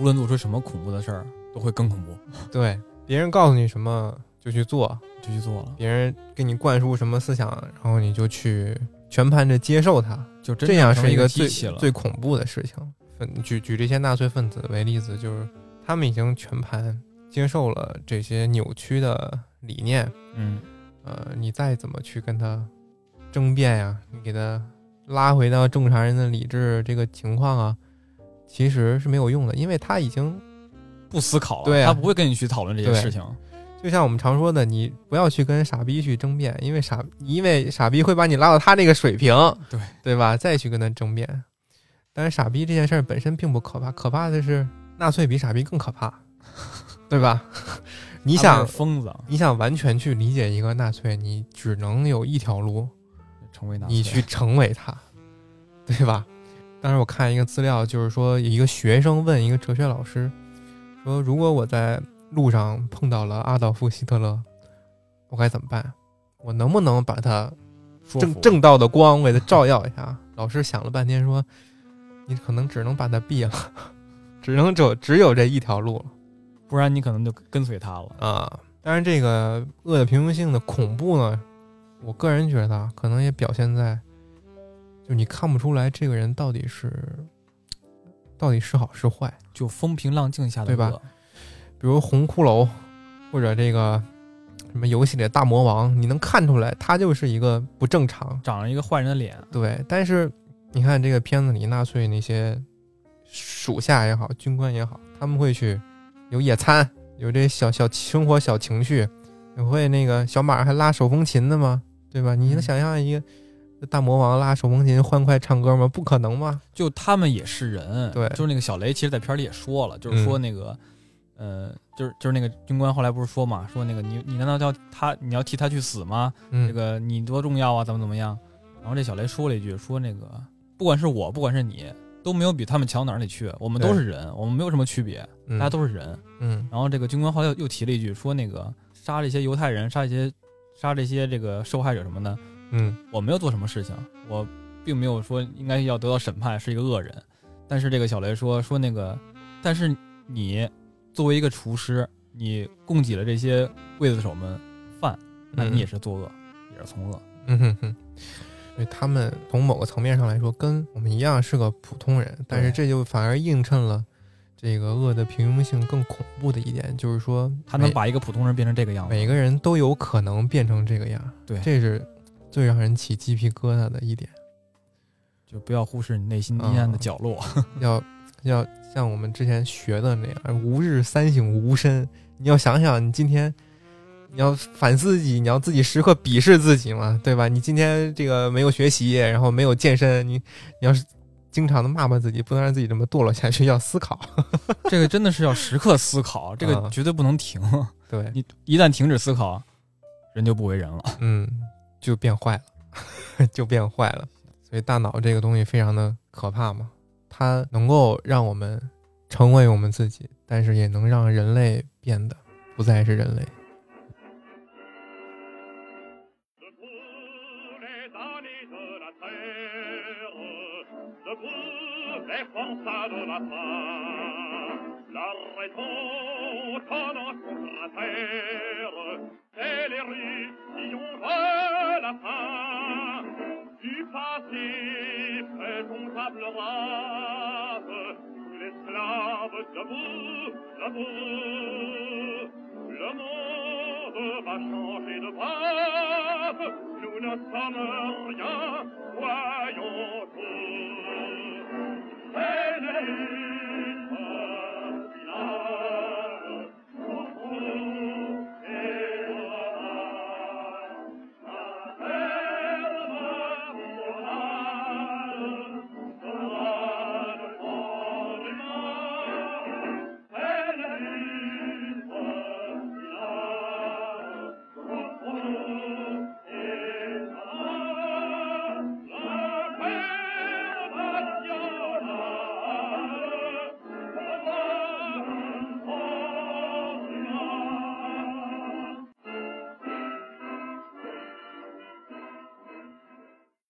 B: 无论做出什么恐怖的事儿，都会更恐怖，
A: 对别人告诉你什么就去做，
B: 就去做了，
A: 别人给你灌输什么思想，然后你就去全盘着接受它，
B: 就真
A: 这样
B: 成为
A: 是
B: 一
A: 个
B: 机
A: 最
B: 器了。
A: 最恐怖的事情。分举举这些纳粹分子为例子，就是他们已经全盘接受了这些扭曲的理念，
B: 嗯，
A: 呃，你再怎么去跟他争辩呀、你给他拉回到正常人的理智这个情况啊，其实是没有用的，因为他已经
B: 不思考了，
A: 对啊
B: 他不会跟你去讨论这些
A: 对
B: 事情。
A: 就像我们常说的，你不要去跟傻逼去争辩，因为傻，因为傻逼会把你拉到他那个水平，
B: 对
A: 对吧？再去跟他争辩。但是傻逼这件事儿本身并不可怕，可怕的是纳粹比傻逼更可怕，对 吧？你
B: 他们
A: 想
B: 是，疯子，
A: 你想完全去理解一个纳粹，你只能有一条路，
B: 成为纳粹
A: 你去成为他，对吧？当时我看一个资料，就是说一个学生问一个哲学老师，说如果我在路上碰到了阿道夫·希特勒，我该怎么办？我能不能把他
B: 说
A: 正
B: 服
A: 正道的光给他 照耀一下？老师想了半天说，你可能只能把他毙了， 只能走只有这一条路了。
B: 不然你可能就跟随他了。
A: 啊。当然，这个恶的平庸性的恐怖呢，我个人觉得啊，可能也表现在，就你看不出来这个人到底是到底是好是坏。
B: 就风平浪静下的
A: 对吧？比如红骷髅，或者这个什么游戏里的大魔王，你能看出来他就是一个不正常。
B: 长了一个坏人的脸，
A: 对，但是你看这个片子里纳粹那些属下也好，军官也好，他们会去有野餐，有这小小生活小情绪，也会那个小马还拉手风琴的吗？对吧？你能
B: 嗯
A: 想象一个大魔王拉手风琴欢快唱歌吗？不可能吧？
B: 就他们也是人。
A: 对
B: 就是那个小雷，其实在片儿里也说了，就是说
A: 嗯
B: 那个，呃，就是就是那个军官后来不是说嘛，说那个你你难道要他你要替他去死吗？
A: 嗯，
B: 这个你多重要啊，怎么怎么样？然后这小雷说了一句，说那个不管是我，不管是你，都没有比他们强哪儿里去，我们都是人，我们没有什么区别，大
A: 嗯
B: 家都是人。
A: 嗯
B: 然后这个军官后来又又提了一句，说那个杀这些犹太人，杀这些杀这些这个受害者什么的，
A: 嗯
B: 我没有做什么事情，我并没有说应该要得到审判，是一个恶人。但是这个小雷说说那个，但是你作为一个厨师，你供给了这些刽子手们饭，那你也是作恶，也是从恶。
A: 嗯哼哼。所以他们从某个层面上来说，跟我们一样是个普通人，但是这就反而映衬了这个恶的平庸性更恐怖的一点，就是说
B: 他能
A: 每
B: 把一个普通人变成这个样子，
A: 每个人都有可能变成这个样儿，
B: 对
A: 这是最让人起鸡皮疙瘩的一点。
B: 就不要忽视你内心阴
A: 嗯
B: 暗的角落。
A: 要要像我们之前学的那样，吾日三省吾身。你要想想，你今天你要反思自己，你要自己时刻鄙视自己嘛，对吧？你今天这个没有学习，然后没有健身，你你要是经常的骂骂自己，不能让自己这么堕落下去，要思考。
B: 这个真的是要时刻思考，这个
A: 嗯
B: 绝对不能停。
A: 对，
B: 你一旦停止思考，人就不为人了。
A: 嗯，就变坏了， 就变坏了。所以大脑这个东西非常的可怕嘛，它能够让我们成为我们自己，但是也能让人类变得不再是人类。
C: Secouez les damnés de la terre, secouez les forçats de la faim. La raison tendance contre la terre, c'est les rues qui ont de la fin. Du passé, faisons table rase, l'esclave debout, debout. Le monde va changer de base, nous ne sommes rien, voyons tout. C'est les